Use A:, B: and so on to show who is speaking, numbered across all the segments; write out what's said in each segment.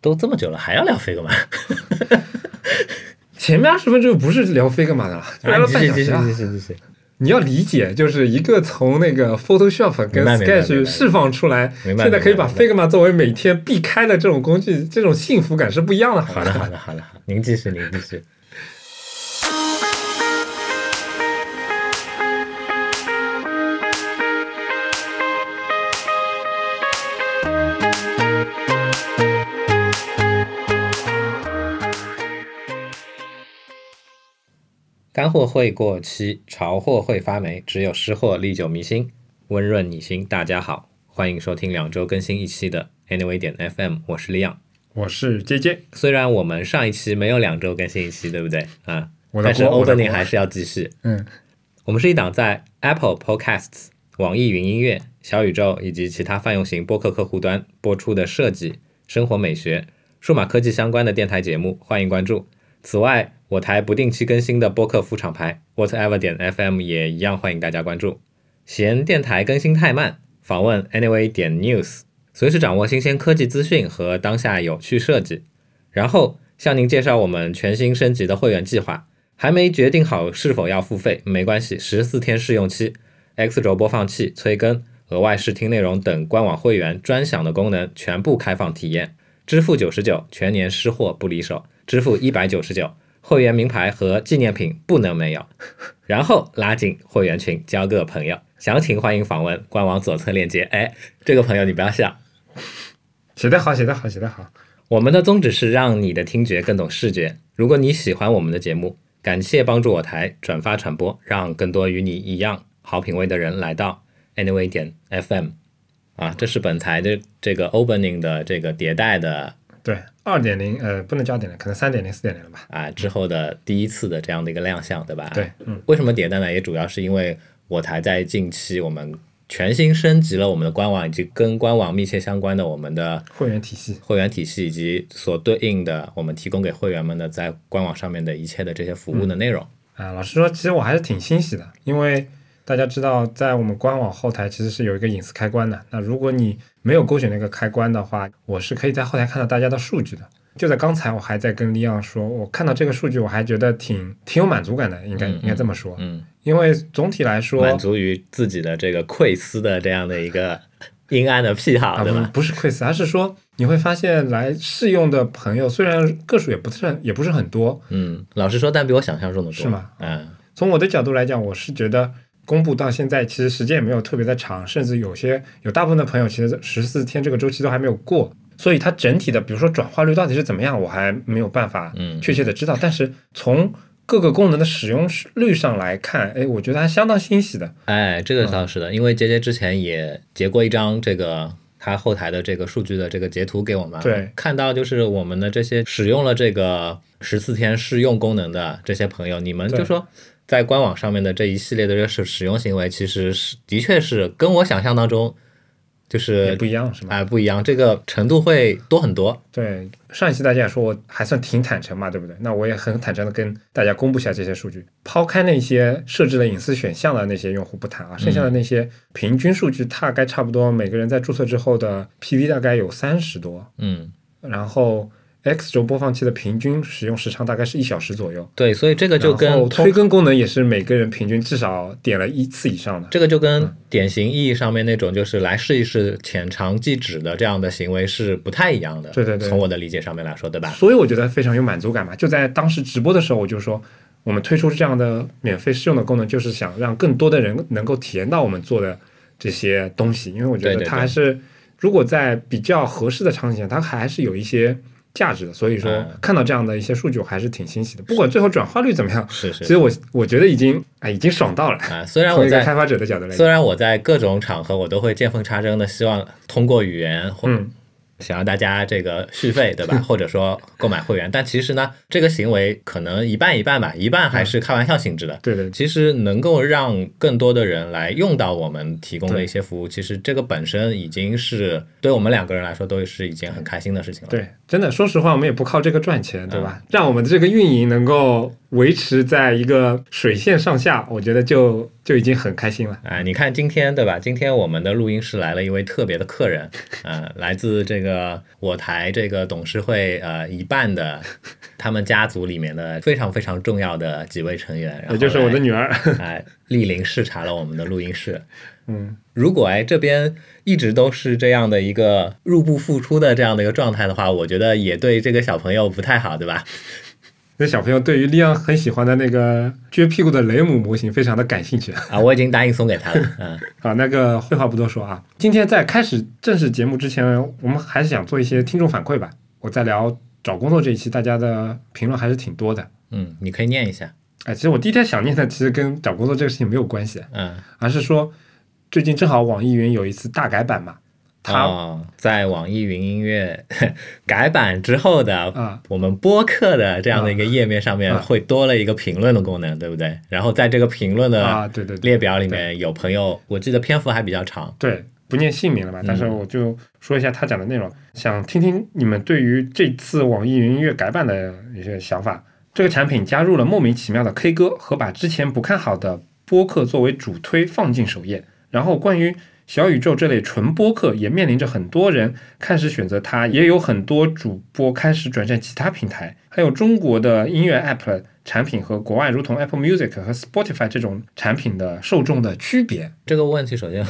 A: 都这么久了，还要聊 Figma？
B: 前面二十分钟不是聊 Figma 的了，聊了
A: 继
B: 半
A: 续继续
B: 小时啊
A: 继。续继续，
B: 你要理解，就是一个从那个 Photoshop
A: 明
B: 跟
A: 白明白明
B: Sketch
A: 白
B: 释放出来，
A: 明白
B: 现在可以把
A: 明白
B: Figma 作为每天必开的这种工具，这种幸福感是不一样的。
A: 好的好的好的好，您继续您继续。干货会过期，潮货会发霉，只有湿货历久弥新，温润你心。大家好，欢迎收听两周更新一期的 Anyway 点 FM，我是李昂。
B: 我是 J J，
A: 虽然我们上一期没有两周更新一期，对不对啊？
B: 我的
A: 但是
B: 锅我的
A: opening
B: 锅
A: 还是要继续。
B: 嗯，
A: 我们是一档在 Apple Podcasts、网易云音乐、小宇宙以及其他泛用型播客客户端播出的设计、生活美学、数码科技相关的电台节目，欢迎关注。此外，我台不定期更新的播客副厂牌 Whatever 点 FM 也一样欢迎大家关注。嫌电台更新太慢，访问 Anyway 点 News，随时掌握新鲜科技资讯和当下有趣设计。然后向您介绍我们全新升级的会员计划，还没决定好是否要付费，没关系，十四天试用期，X 轴播放器、催更、额外试听内容等官网会员专享的功能全部开放体验，支付九十九，全年湿货不离手，支付一百九十九，会员名牌和纪念品不能没有。然后拉进会员群，交个朋友。详情欢迎访问官网左侧链接。哎，这个朋友你不要笑，
B: 写得好，写得好，写得好。
A: 我们的宗旨是让你的听觉更懂视觉。如果你喜欢我们的节目，感谢帮助我台转发传播，让更多与你一样好品味的人来到 Anyway 点 FM。啊，这是本台的这个 opening 的这个迭代的
B: 对，二点零，呃，不能叫二点零，可能三点零、四点零了吧？
A: 啊之后的第一次的这样的一个亮相，对吧？
B: 对，嗯，
A: 为什么迭代呢？也主要是因为我台在近期我们全新升级了我们的官网，以及跟官网密切相关的我们的
B: 会员体系。
A: 会员体系以及所对应的我们提供给会员们的在官网上面的一切的这些服务的内容。
B: 啊、老实说，其实我还是挺欣喜的，因为大家知道，在我们官网后台其实是有一个隐私开关的。那如果你没有勾选那个开关的话，我是可以在后台看到大家的数据的。就在刚才，我还在跟利昂说，我看到这个数据，我还觉得挺挺有满足感的，应该应该这么说，
A: 嗯，
B: 因为总体来说，
A: 满足于自己的这个窥私的这样的一个阴暗的癖好，
B: 啊，
A: 对
B: 不
A: 吧？
B: 不是 quiz，而是说你会发现来试用的朋友虽然个数也不是很也不是很多，
A: 嗯，老实说，但比我想象中的多。
B: 是吗？
A: 嗯，
B: 从我的角度来讲，我是觉得公布到现在，其实时间也没有特别的长，甚至有些有大部分的朋友其实十四天这个周期都还没有过，所以它整体的，比如说转化率到底是怎么样，我还没有办法
A: 嗯
B: 确切的知道。但是从各个功能的使用率上来看，哎，我觉得还相当欣喜的。
A: 哎，这
B: 嗯
A: 个倒是的，因为杰杰之前也截过一张这个他后台的这个数据的这个截图给我们，啊
B: 对
A: 看到就是我们的这些使用了这个十四天试用功能的这些朋友，你们
B: 对
A: 就说在官网上面的这一系列的这个使使用行为，其实是的确是跟我想象当中就是
B: 也不一样是吗
A: 哎，不一样，这个程度会多很多。
B: 对，上一期大家也说我还算挺坦诚嘛，对不对？那我也很坦诚的跟大家公布一下这些数据。抛开那些设置了隐私选项的那些用户不谈啊，剩下的
A: 嗯
B: 那些平均数据大概差不多，每个人在注册之后的 PV 大概有三十多，
A: 嗯，
B: 然后 X 轴播放器的平均使用时长大概是一小时左右，
A: 对，所以这个就
B: 然
A: 跟
B: 后推更功能也是每个人平均至少点了一次以上的。
A: 这个就
B: 嗯
A: 跟典型意义上面那种就是来试一试浅尝即止的这样的行为是不太一样的。
B: 对对对
A: 从我的理解上面来说，对吧？
B: 所以我觉得非常有满足感嘛。就在当时直播的时候，我就说，我们推出这样的免费试用的功能，就是想让更多的人能够体验到我们做的这些东西，因为我觉
A: 对
B: 得
A: 对
B: 它
A: 对
B: 还是，如果在比较合适的场景下，它还是有一些价值的。所以说
A: 嗯，
B: 看到这样的一些数据，我还是挺欣喜的。不管最后转化率怎么样，
A: 是是
B: 所以我我觉得已经哎已经爽到了。
A: 啊，虽然
B: 从
A: 我
B: 一个
A: 在
B: 开发者的角度来
A: 虽
B: 讲，
A: 然我在各种场合我都会见缝插针的希望通过语言或
B: 嗯，
A: 想让大家这个续费， 对吧？或者说购买会员，但其实呢，这个行为可能一半一半吧，一半
B: 嗯
A: 还是开玩笑性质的。
B: 对对
A: 其实能够让更多的人来用到我们提供的一些服务，其实这个本身已经是对我们两个人来说都是一件很开心的事情了。
B: 对，真的，说实话，我们也不靠这个赚钱，对吧？让我们的这个运营能够维持在一个水线上下，我觉得就就已经很开心了。
A: 哎，你看今天对吧？今天我们的录音室来了一位特别的客人，呃，来自这个我台这个董事会呃一半的 他们家族里面的非常非常重要的几位成员，然后
B: 也就是我的
A: 来
B: 女儿，
A: 哎莅临视察了我们的录音室。
B: 嗯，
A: 如果哎这边一直都是这样的一个入不敷出的这样的一个状态的话，我觉得也对这个小朋友不太好，对 吧？
B: 那小朋友对于利昂很喜欢的那个撅屁股的雷姆模型非常的感兴趣。
A: 啊，我已经答应送给他了，嗯，
B: 啊，那个废话不多说啊，今天在开始正式节目之前，我们还是想做一些听众反馈吧。我在聊找工作这一期，大家的评论还是挺多的。
A: 嗯，你可以念一下，
B: 哎，其实我第一天想念的，其实跟找工作这个事情没有关系，
A: 嗯，
B: 而是说最近正好网易云有一次大改版嘛，它、
A: 哦、在网易云音乐改版之后的，
B: 啊
A: 我们播客的这样的一个页面上面
B: 啊
A: 会多了一个评论的功能，对不对？然后在这个评论的
B: 啊，对对对，
A: 列表里面有朋友，我记得篇幅还比较长，
B: 对，不念姓名了嘛，但是我就说一下他讲的内容，想听听你们对于这次网易云音乐改版的一些想法。这个产品加入了莫名其妙的 K 歌和把之前不看好的播客作为主推放进首页，然后关于。小宇宙这类纯播客也面临着很多人开始选择它，也有很多主播开始转战其他平台，还有中国的音乐 App 产品和国外如同 Apple Music 和 Spotify 这种产品的受众的区别。
A: 这个问题首先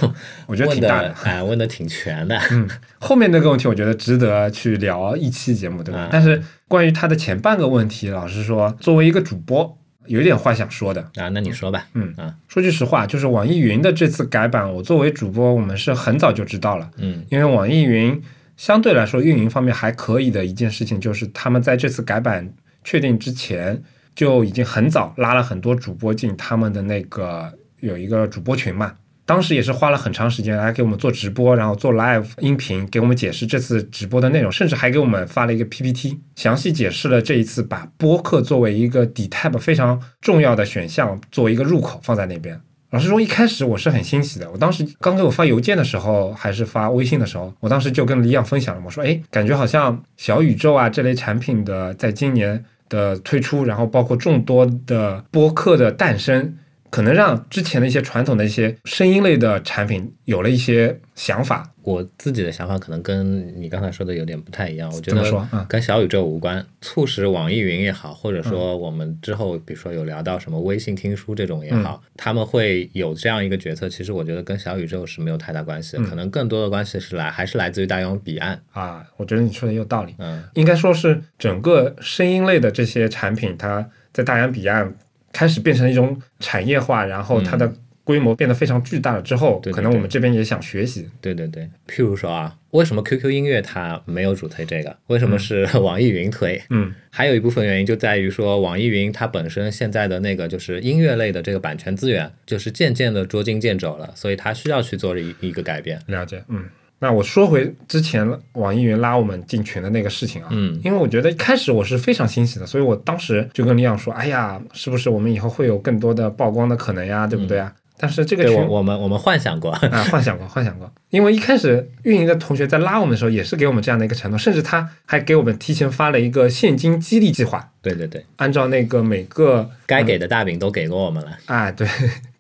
B: 我觉得
A: 问
B: 挺大
A: 的
B: 的，
A: 哎，问的挺全的，
B: 后面那个问题，我觉得值得去聊一期节目，对吧？
A: 嗯
B: 但是关于他的前半个问题，老实说，作为一个主播，有一点话想说的。
A: 啊，那你说吧，
B: 嗯
A: 啊，
B: 说句实话，就是网易云的这次改版，我作为主播，我们是很早就知道了，
A: 嗯
B: 因为网易云相对来说运营方面还可以的一件事情，就是他们在这次改版确定之前，就已经很早拉了很多主播进他们的那个有一个主播群嘛。当时也是花了很长时间来给我们做直播，然后做 live 音频，给我们解释这次直播的内容，甚至还给我们发了一个 PPT，详细解释了这一次把播客作为一个 D tab 非常重要的选项作为一个入口放在那边。老实说，一开始我是很欣喜的。我当时刚给我发邮件的时候，还是发微信的时候，我当时就跟李阳分享了，我说：“哎，感觉好像小宇宙啊这类产品的在今年的推出，然后包括众多的播客的诞生，可能让之前的一些传统的一些声音类的产品有了一些想法。
A: 我自己的想法可能跟你刚才说的有点不太一样，我觉
B: 怎么说嗯
A: 得
B: 啊
A: 跟小宇宙无关。促使网易云也好，或者说我们之后比如说有聊到什么微信听书这种也
B: 嗯
A: 好，他们会有这样一个决策。其实我觉得跟小宇宙是没有太大关系
B: 嗯
A: 的，可能更多的关系是来还是来自于大洋彼岸。
B: 啊，我觉得你说的也有道理。
A: 嗯
B: 应该说是整个声音类的这些产品，它在大洋彼岸开始变成一种产业化，然后它的规模变得非常巨大了之
A: 嗯
B: 后，
A: 对对
B: 可能我们这边也想学习。
A: 对对对，譬如说啊，为什么 QQ 音乐它没有主推这个？为什么是 网易云推？
B: 嗯，
A: 还有一部分原因就在于说，网易云它本身现在的那个就是音乐类的这个版权资源，就是渐渐的捉襟见肘了，所以它需要去做一一个改变。
B: 了解。嗯，那我说回之前网易云拉我们进群的那个事情啊，
A: 嗯
B: 因为我觉得一开始我是非常欣喜的，所以我当时就跟李阳说：“哎呀，是不是我们以后会有更多的曝光的可能呀？对不对啊？”但是这个
A: 嗯对
B: 群
A: 我我们我们幻想过，
B: 啊，幻想过，幻想过。因为一开始运营的同学在拉我们的时候，也是给我们这样的一个承诺，甚至他还给我们提前发了一个现金激励计划，
A: 对对对，
B: 按照那个每个
A: 该给的大饼都给过我们了。
B: 啊，对，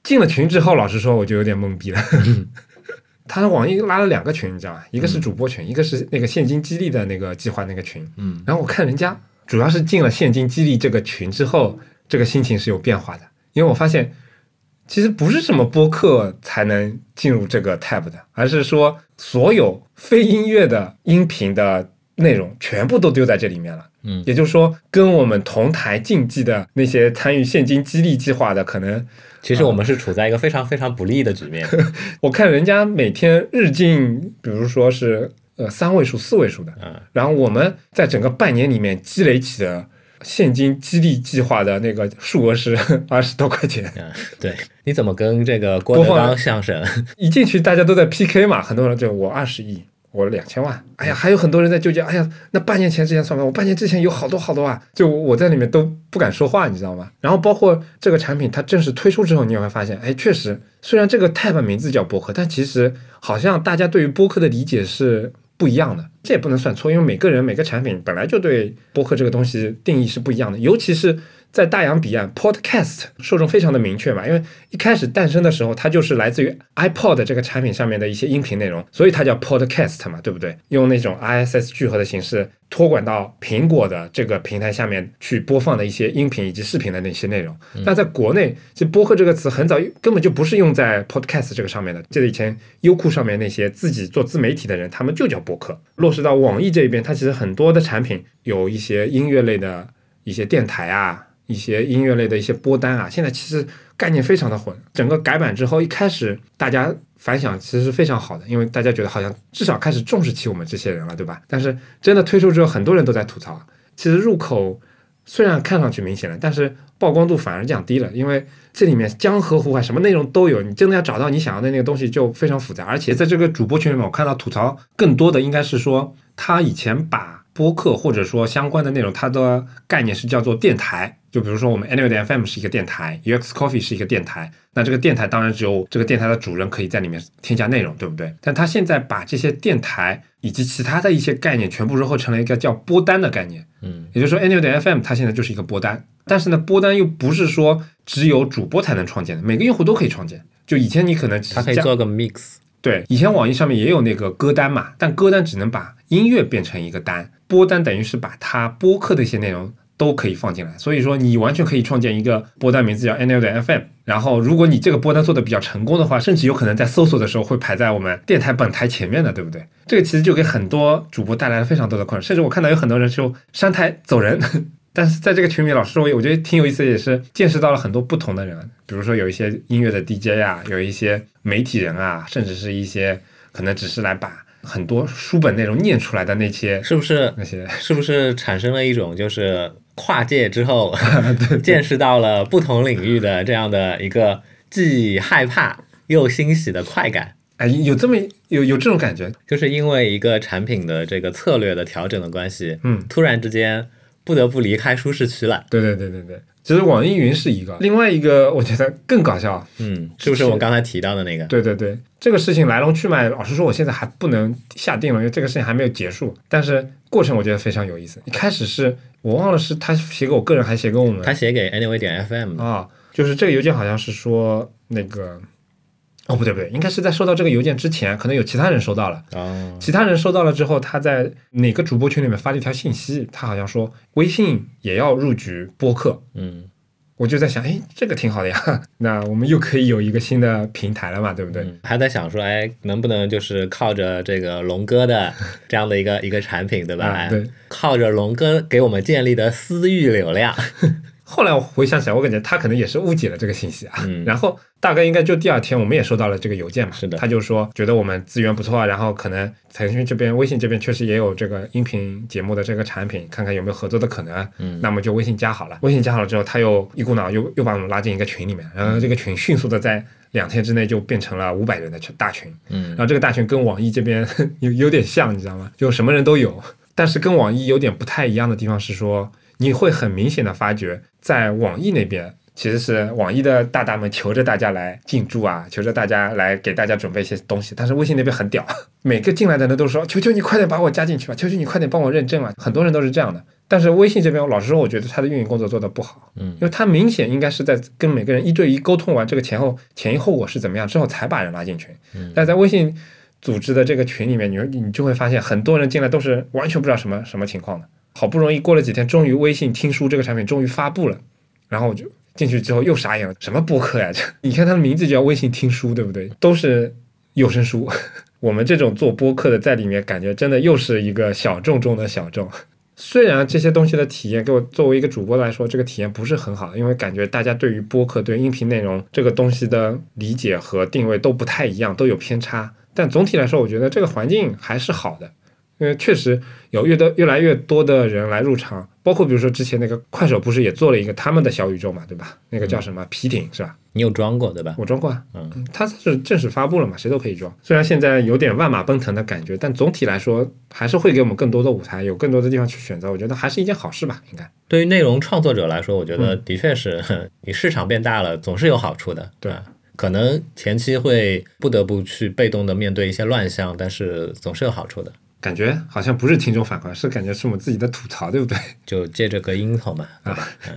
B: 进了群之后，老实说我就有点懵逼了。 他网易拉了两个群，你知道吧？一个是主播群，一个是那个现金激励的那个计划那个群。
A: 嗯，
B: 然后我看人家主要是进了现金激励这个群之后，这个心情是有变化的，因为我发现其实不是什么播客才能进入这个 tab 的，而是说所有非音乐的音频的内容全部都丢在这里面了。
A: 嗯
B: 也就是说，跟我们同台竞技的那些参与现金激励计划的，可能
A: 其实我们是处在一个非常非常不利的局面。
B: 我看人家每天日进，比如说是呃三位数、四位数的，
A: 嗯，
B: 然后我们在整个半年里面积累起的现金激励计划的那个数额是 二十多块钱，
A: 嗯，对，你怎么跟这个郭
B: 播
A: 德
B: 放
A: 纲相声？
B: 一进去大家都在 PK 嘛，很多人就我二十亿，我两千万，哎呀，还有很多人在纠结，哎呀，那半年前之前算吧，我半年之前有好多好多啊，就我在里面都不敢说话，你知道吗？然后包括这个产品它正式推出之后，你也会发现，哎，确实，虽然这个 tab 名字叫播客，但其实好像大家对于播客的理解是不一样的。这也不能算错，因为每个人每个产品本来就对播客这个东西定义是不一样的，尤其是在大洋彼岸，Podcast 受众非常的明确嘛，因为一开始诞生的时候，它就是来自于 iPod 这个产品上面的一些音频内容，所以它叫 Podcast 嘛，对不对？用那种 RSS 聚合的形式托管到苹果的这个平台下面去播放的一些音频以及视频的那些内容。那在国内，其实播客这个词很早根本就不是用在 Podcast 这个上面的，记得以前优酷上面那些自己做自媒体的人，他们就叫播客。落实到网易这边，它其实很多的产品有一些音乐类的。一些电台啊，一些音乐类的一些播单啊，现在其实概念非常的混。整个改版之后，一开始大家反响其实是非常好的，因为大家觉得好像至少开始重视起我们这些人了，对吧？但是真的推出之后，很多人都在吐槽，啊其实入口虽然看上去明显了，但是曝光度反而降低了，因为这里面江河湖海什么内容都有，你真的要找到你想要的那个东西就非常复杂。而且在这个主播群里面，我看到吐槽更多的应该是说他以前把。播客或者说相关的内容，它的概念是叫做电台。就比如说我们 Annual 的 FM 是一个电台，UX Coffee 是一个电台。那这个电台当然只有这个电台的主人可以在里面添加内容，对不对？但他现在把这些电台以及其他的一些概念全部揉合成了一个叫播单的概念。
A: 嗯，
B: 也就是说 Annual 的 FM 它现在就是一个播单，但是呢，播单又不是说只有主播才能创建的，每个用户都可以创建。就以前你可能只
A: 它可以
B: 加
A: 做个 mix。
B: 对，以前网易上面也有那个歌单嘛，但歌单只能把音乐变成一个单，播单等于是把它播客的一些内容都可以放进来。所以说，你完全可以创建一个播单，名字叫 N L 的 FM。然后，如果你这个播单做的比较成功的话，甚至有可能在搜索的时候会排在我们电台本台前面的，对不对？这个其实就给很多主播带来了非常多的困扰，甚至我看到有很多人就删台走人。但是在这个群里，老师我我觉得挺有意思，也是见识到了很多不同的人，比如说有一些音乐的 DJ 啊，有一些媒体人啊，甚至是一些可能只是来把很多书本内容念出来的那些
A: 是不是
B: 那些
A: 是不是产生了一种就是跨界之 后见识到了不同领域的这样的一个既害怕又欣喜的快感？
B: 哎，有这么有有这种感觉，
A: 就是因为一个产品的这个策略的调整的关系，
B: 嗯，
A: 突然之间不得不离开舒适区了。
B: 对对对对对。其实网易云是一个，另外一个我觉得更搞笑，
A: 嗯，是不是我刚才提到的那个？
B: 对对对，这个事情来龙去脉，老实说，我现在还不能下定论，因为这个事情还没有结束。但是过程我觉得非常有意思。一开始是我忘了是他写给我个人，还是写给我们
A: 他写给 anyway 点 FM 的。
B: 啊、就是这个邮件好像是说那个，哦不对不对，应该是在收到这个邮件之前，可能有其他人收到了。
A: 哦，
B: 其他人收到了之后，他在哪个主播群里面发了一条信息，他好像说微信也要入局播客，
A: 嗯
B: 我就在想，哎，这个挺好的呀， 那我们又可以有一个新的平台了嘛，对不对？
A: 嗯，还在想说，哎，能不能就是靠着这个龙哥的这样的一个一个产品，对吧？
B: 啊对
A: 靠着龙哥给我们建立的私域流量，
B: 后来我回想起来，我感觉他可能也是误解了这个信息啊。
A: 嗯
B: 然后大概应该就第二天，我们也收到了这个邮件嘛。
A: 是的
B: 他就说觉得我们资源不错啊，然后可能腾讯这边、微信这边确实也有这个音频节目的这个产品，看看有没有合作的可能。啊
A: 嗯
B: 那么就微信加好了。微信加好了之后，他又一股脑又又把我们拉进一个群里面，然后这个群迅速的在两天之内就变成了五百人的群大群。
A: 嗯
B: 然，后这个大群跟网易这边 有有点像，你知道吗？就什么人都有，但是跟网易有点不太一样的地方是说，你会很明显的发觉，在网易那边其实是网易的大大们求着大家来进驻啊，求着大家来给大家准备一些东西，但是微信那边很屌， 每个进来的人都说：“求求你快点把我加进去吧，求求你快点帮我认证啊！”很多人都是这样的。但是微信这边，老实说，我觉得它的运营工作做得不好，
A: 嗯
B: 因为它明显应该是在跟每个人一对一沟通完这个前后前因后果是怎么样之后，才把人拉进群。但在微信组织的这个群里面，你会你就会发现，很多人进来都是完全不知道什么什么情况的。好不容易过了几天，终于微信听书这个产品终于发布了，然后我就进去之后又傻眼了，什么播客呀、 这你看它的名字就叫微信听书，对不对？都是有声书。 我们这种做播客的在里面，感觉真的又是一个小众中的小众。虽然这些东西的体验给我作为一个主播来说，这个体验不是很好，因为感觉大家对于播客、对音频内容这个东西的理解和定位都不太一样，都有偏差。但总体来说，我觉得这个环境还是好的，因为确实有越多越来越多的人来入场，包括比如说之前那个快手不是也做了一个他们的小宇宙嘛，对吧？那个叫什么皮艇是吧？
A: 你有装过对吧？
B: 我装过啊，
A: 嗯，
B: 它是正式发布了嘛，谁都可以装。虽然现在有点万马奔腾的感觉，但总体来说还是会给我们更多的舞台，有更多的地方去选择。我觉得还是一件好事吧，应该。
A: 对于内容创作者来说，我觉
B: 嗯
A: 得的确是、 你市场变大了，总是有好处的。
B: 对
A: 啊，可能前期会不得不去被动的面对一些乱象，但是总是有好处的。
B: 感觉好像不是 听众反馈，是感觉是我们自己的吐槽，对不对？
A: 就借这个樱头嘛，对吧？嗯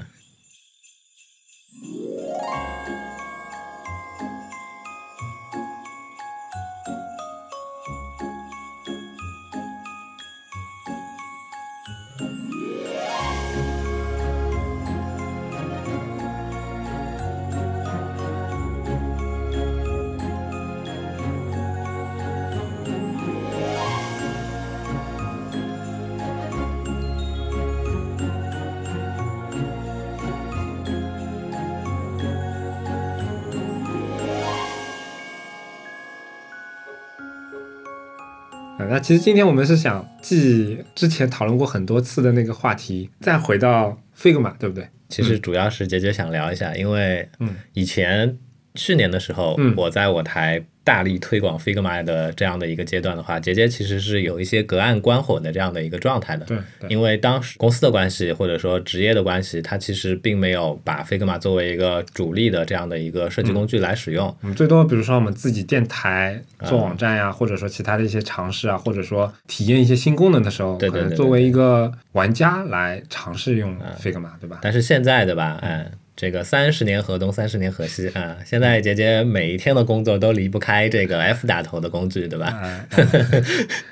B: 嗯，那其实今天我们是想继之前讨论过很多次的那个话题，再回到 Figma，对不对？
A: 其实主要是杰杰想聊一下，因为
B: 嗯
A: 以前去年的时候，
B: 嗯
A: 我在我台大力推广 Figma 的这样的一个阶段的话，杰杰其实是有一些隔岸观火的这样的一个状态的。
B: 对对
A: 因为当时公司的关系或者说职业的关系，它其实并没有把 Figma 作为一个主力的这样的一个设计工具来使用。
B: 我嗯们最多比如说我们自己电台
A: 嗯
B: 做网站呀、或者说其他的一些尝试啊，或者说体验一些新功能的时候，
A: 对对
B: 可
A: 对嗯
B: 能作为一个玩家来尝试用 Figma，对吧？
A: 但是现在对吧，嗯，这个三十年河东，三十年河西啊、现在杰杰每一天的工作都离不开这
B: 嗯
A: 个 F 打头的工具，对吧？
B: 哎哎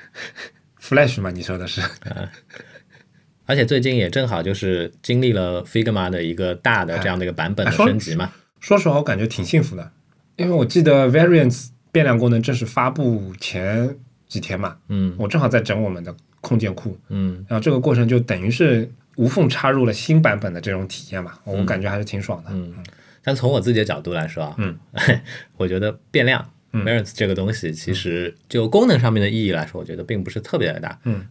B: Flash 嘛，你说的是，
A: 而且最近也正好就是经历了 Figma 的一个大的这样的一个版本的升级嘛，
B: 嗯哎说实话，我感觉挺幸福的，因为我记得 Variants 变量功能正式发布前几天嘛，
A: 嗯
B: 我正好在整我们的控件库，
A: 嗯，
B: 然后这个过程就等于是无缝插入了新版本的这种体验嘛，我感觉还是挺爽的。嗯
A: 但从我自己的角度来说啊，
B: 嗯，
A: 我觉得变量 variance 这个东西其
B: 嗯
A: 实就功能上面的意义来说，我觉得并不是特别的大，
B: 嗯，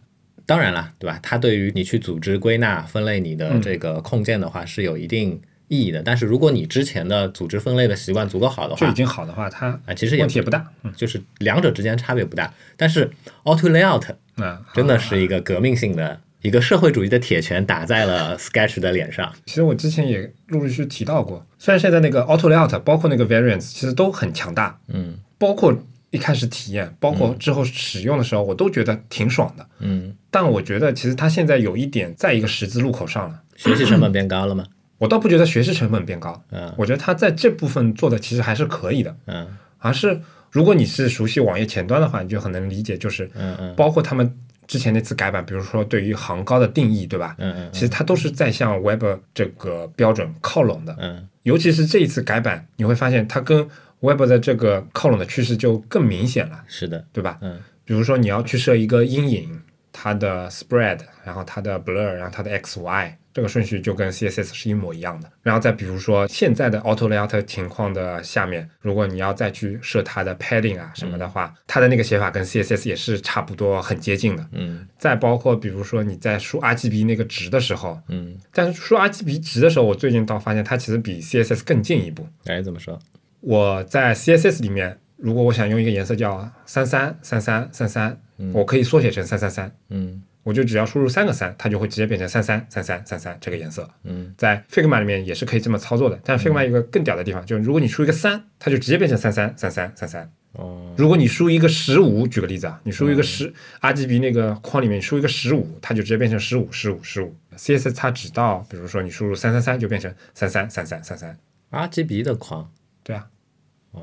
A: 当然了，对吧？它对于你去组织、归纳、分类你
B: 嗯
A: 的这个控件的话是有一定意义的，但是如果你之前的组织分类的习惯足够好的
B: 这已
A: 话，
B: 经好的话，它
A: 啊，其实也
B: 问题也不大。嗯，
A: 就是两者之间差别不大，但是 auto layout
B: 那嗯好
A: 真的是一个革命性的，一个社会主义的铁拳打在了 Sketch 的脸上。
B: 其实我之前也陆陆续续提到过，虽然现在那个 Auto Layout 包括那个 Variants 其实都很强大，
A: 嗯
B: 包括一开始体验，包括之后使用的时候，我都觉得挺爽的。
A: 嗯，
B: 但我觉得其实它现在有一点在一个十字路口上了。
A: 学习成本变高了吗？
B: 我倒不觉得学习成本变高，
A: 嗯
B: 我觉得它在这部分做的其实还是可以的，
A: 嗯
B: 而是如果你是熟悉网页前端的话，你就很能理解，就是
A: 嗯嗯
B: 包括他们之前那次改版，比如说对于行高的定义，对吧？
A: 嗯
B: 其实它都是在向 Web 这个标准靠拢的，
A: 嗯
B: 尤其是这一次改版，你会发现它跟 Web 的这个靠拢的趋势就更明显了
A: 嗯，，是的，
B: 对吧？
A: 嗯
B: 比如说你要去设一个阴影，它的 spread，然后它的 blur，然后它的 x y，这个顺序就跟 CSS 是一模一样的。然后再比如说现在的 auto layout 情况的下面，如果你要再去设它的 padding 啊什么的话，它的那个写法跟 CSS 也是差不多很接近的。
A: 嗯
B: 再包括比如说你在输 RGB 那个值的时候，
A: 嗯，
B: 但是输 RGB 值的时候，我最近倒发现它其实比 CSS 更进一步。
A: 哎，怎么说？
B: 我在 CSS 里面，如果我想用一个颜色叫三三三三三三，我可以缩写成三三三，
A: 嗯
B: 我就只要输入三个三，它就会直接变成三三三三三三这个颜色。
A: 嗯
B: 在 Figma 里面也是可以这么操作的，但 Figma 有一个更屌的地方，就是如果你输一个三，它就直接变成三三三三三三。
A: 哦
B: 如果你输一个十五，举个例子啊，你输一个十、RGB 那个框里面你输一个十五，它就直接变成十五十五十五。CSS 它只到，比如说你输入三三三就变成三三三三三三。
A: ，RGB 的框，
B: 对啊、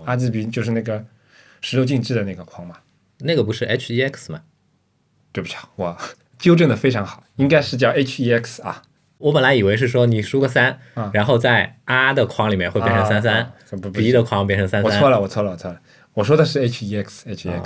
B: RGB 就是那个十六进制的那个框嘛。
A: 那个不是 HEX 吗？
B: 对不起啊，我纠正的非常好，应该是叫 HEX 啊。
A: 我本来以为是说你输个三、然后在 R 的框里面会变成
B: 啊
A: 三三、
B: 啊这不不
A: ，B 的框变成三
B: 我
A: 三，
B: 错了，我错了，我错了，我说的是 E HEX HEX，、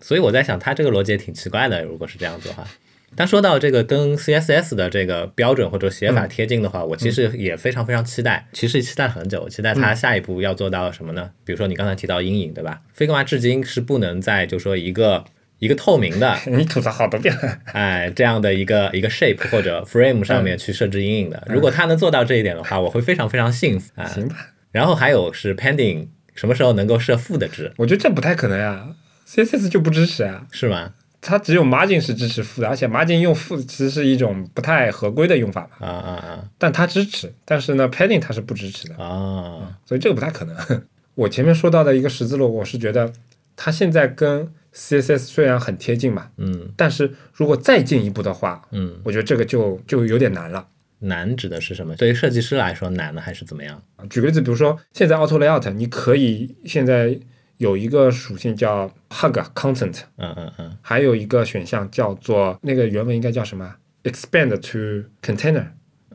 A: 所以我在想，它这个逻辑也挺奇怪的。如果是这样子的话，但说到这个跟 CSS 的这个标准或者写法贴近的话，我其实也非常非常期待，其实期待了很久，期待它下一步要做到什么呢？比如说你刚才提到阴影，对吧？Figma 至今是不能在就说一个一个透明的
B: 你吐槽好多遍了。
A: 哎这样的一个一个 shape 或者 frame 上面去设置阴影的。如果它能做到这一点的话，我会非常非常幸福啊。
B: 嗯行吧，
A: 然后还有是 pending 什么时候能够设负的值，
B: 我觉得这不太可能啊，CSS 就不支持啊，
A: 是吗？
B: 它只有 margin 是支持负的，而且 margin 用负其实是一种不太合规的用法嘛，
A: 啊啊啊
B: 但它支持，但是呢 padding 它是不支持的，
A: 啊！
B: 所以这个不太可能。 我前面说到的一个十字路，我是觉得它现在跟 CSS 虽然很贴近嘛，
A: 嗯
B: 但是如果再进一步的话，
A: 嗯。
B: 我觉得这个就就有点难了。
A: 难指的是什么？对于设计师来说难呢，还是怎么样？
B: 举个例子，比如说现在 Auto Layout，你可以现在有一个属性叫 Hug Content，
A: 嗯嗯嗯
B: 还有一个选项叫做那个原文应该叫什么？Expand to Container，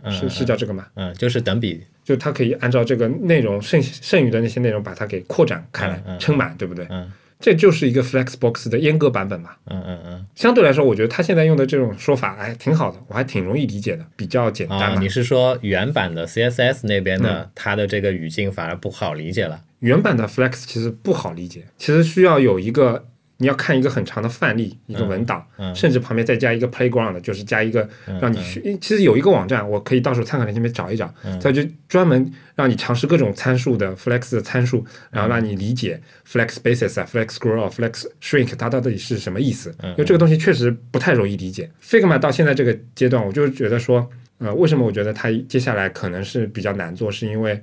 A: 嗯
B: 是是叫这个吗？
A: 嗯，就是等比，
B: 就它可以按照这个内容剩剩余的那些内容把它给扩展开
A: 嗯嗯
B: 来，
A: 嗯
B: 撑满，对不对？
A: 嗯
B: 这就是一个 Flexbox 的阉割版本嘛。
A: 嗯嗯
B: 相对来说，我觉得他现在用的这种说法，哎，挺好的，我还挺容易理解的，比较简
A: 嗯。
B: 单
A: 啊，
B: 嘛
A: 你。是说原版的 CSS 那边的、
B: 嗯
A: 它的这个语境反而不好理解了？
B: 原版的 Flex 其实不好理解，其实需要有一个你要看一个很长的范例，一个文档，
A: 嗯
B: 甚至旁边再加一个 playground，就是加一个让你去。其实有一个网站，我可以到时候参考链接里面找一找，
A: 嗯
B: 它就专门让你尝试各种参数的 flex 的参
A: 嗯
B: 数，然后让你理解 flex basis 啊、flex grow 啊、flex shrink 它到底是什么意思。
A: 嗯
B: 因为这个东西确实不太容易理解。Figma 到现在这个阶段，我就是觉得说，呃，为什么我觉得它接下来可能是比较难做，是因为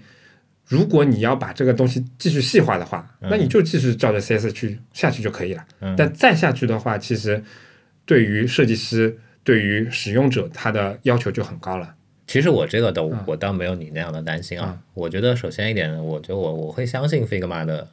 B: 如果你要把这个东西继续细化的话，那你就继续照着 CS 去下去就可以了。但再下去的话，其实对于设计师、对于使用者，他的要求就很高了。
A: 其实我这个的，
B: 嗯
A: 我倒没有你那样的担心啊。我觉得首先一点，我觉得我我会相信 Figma 的，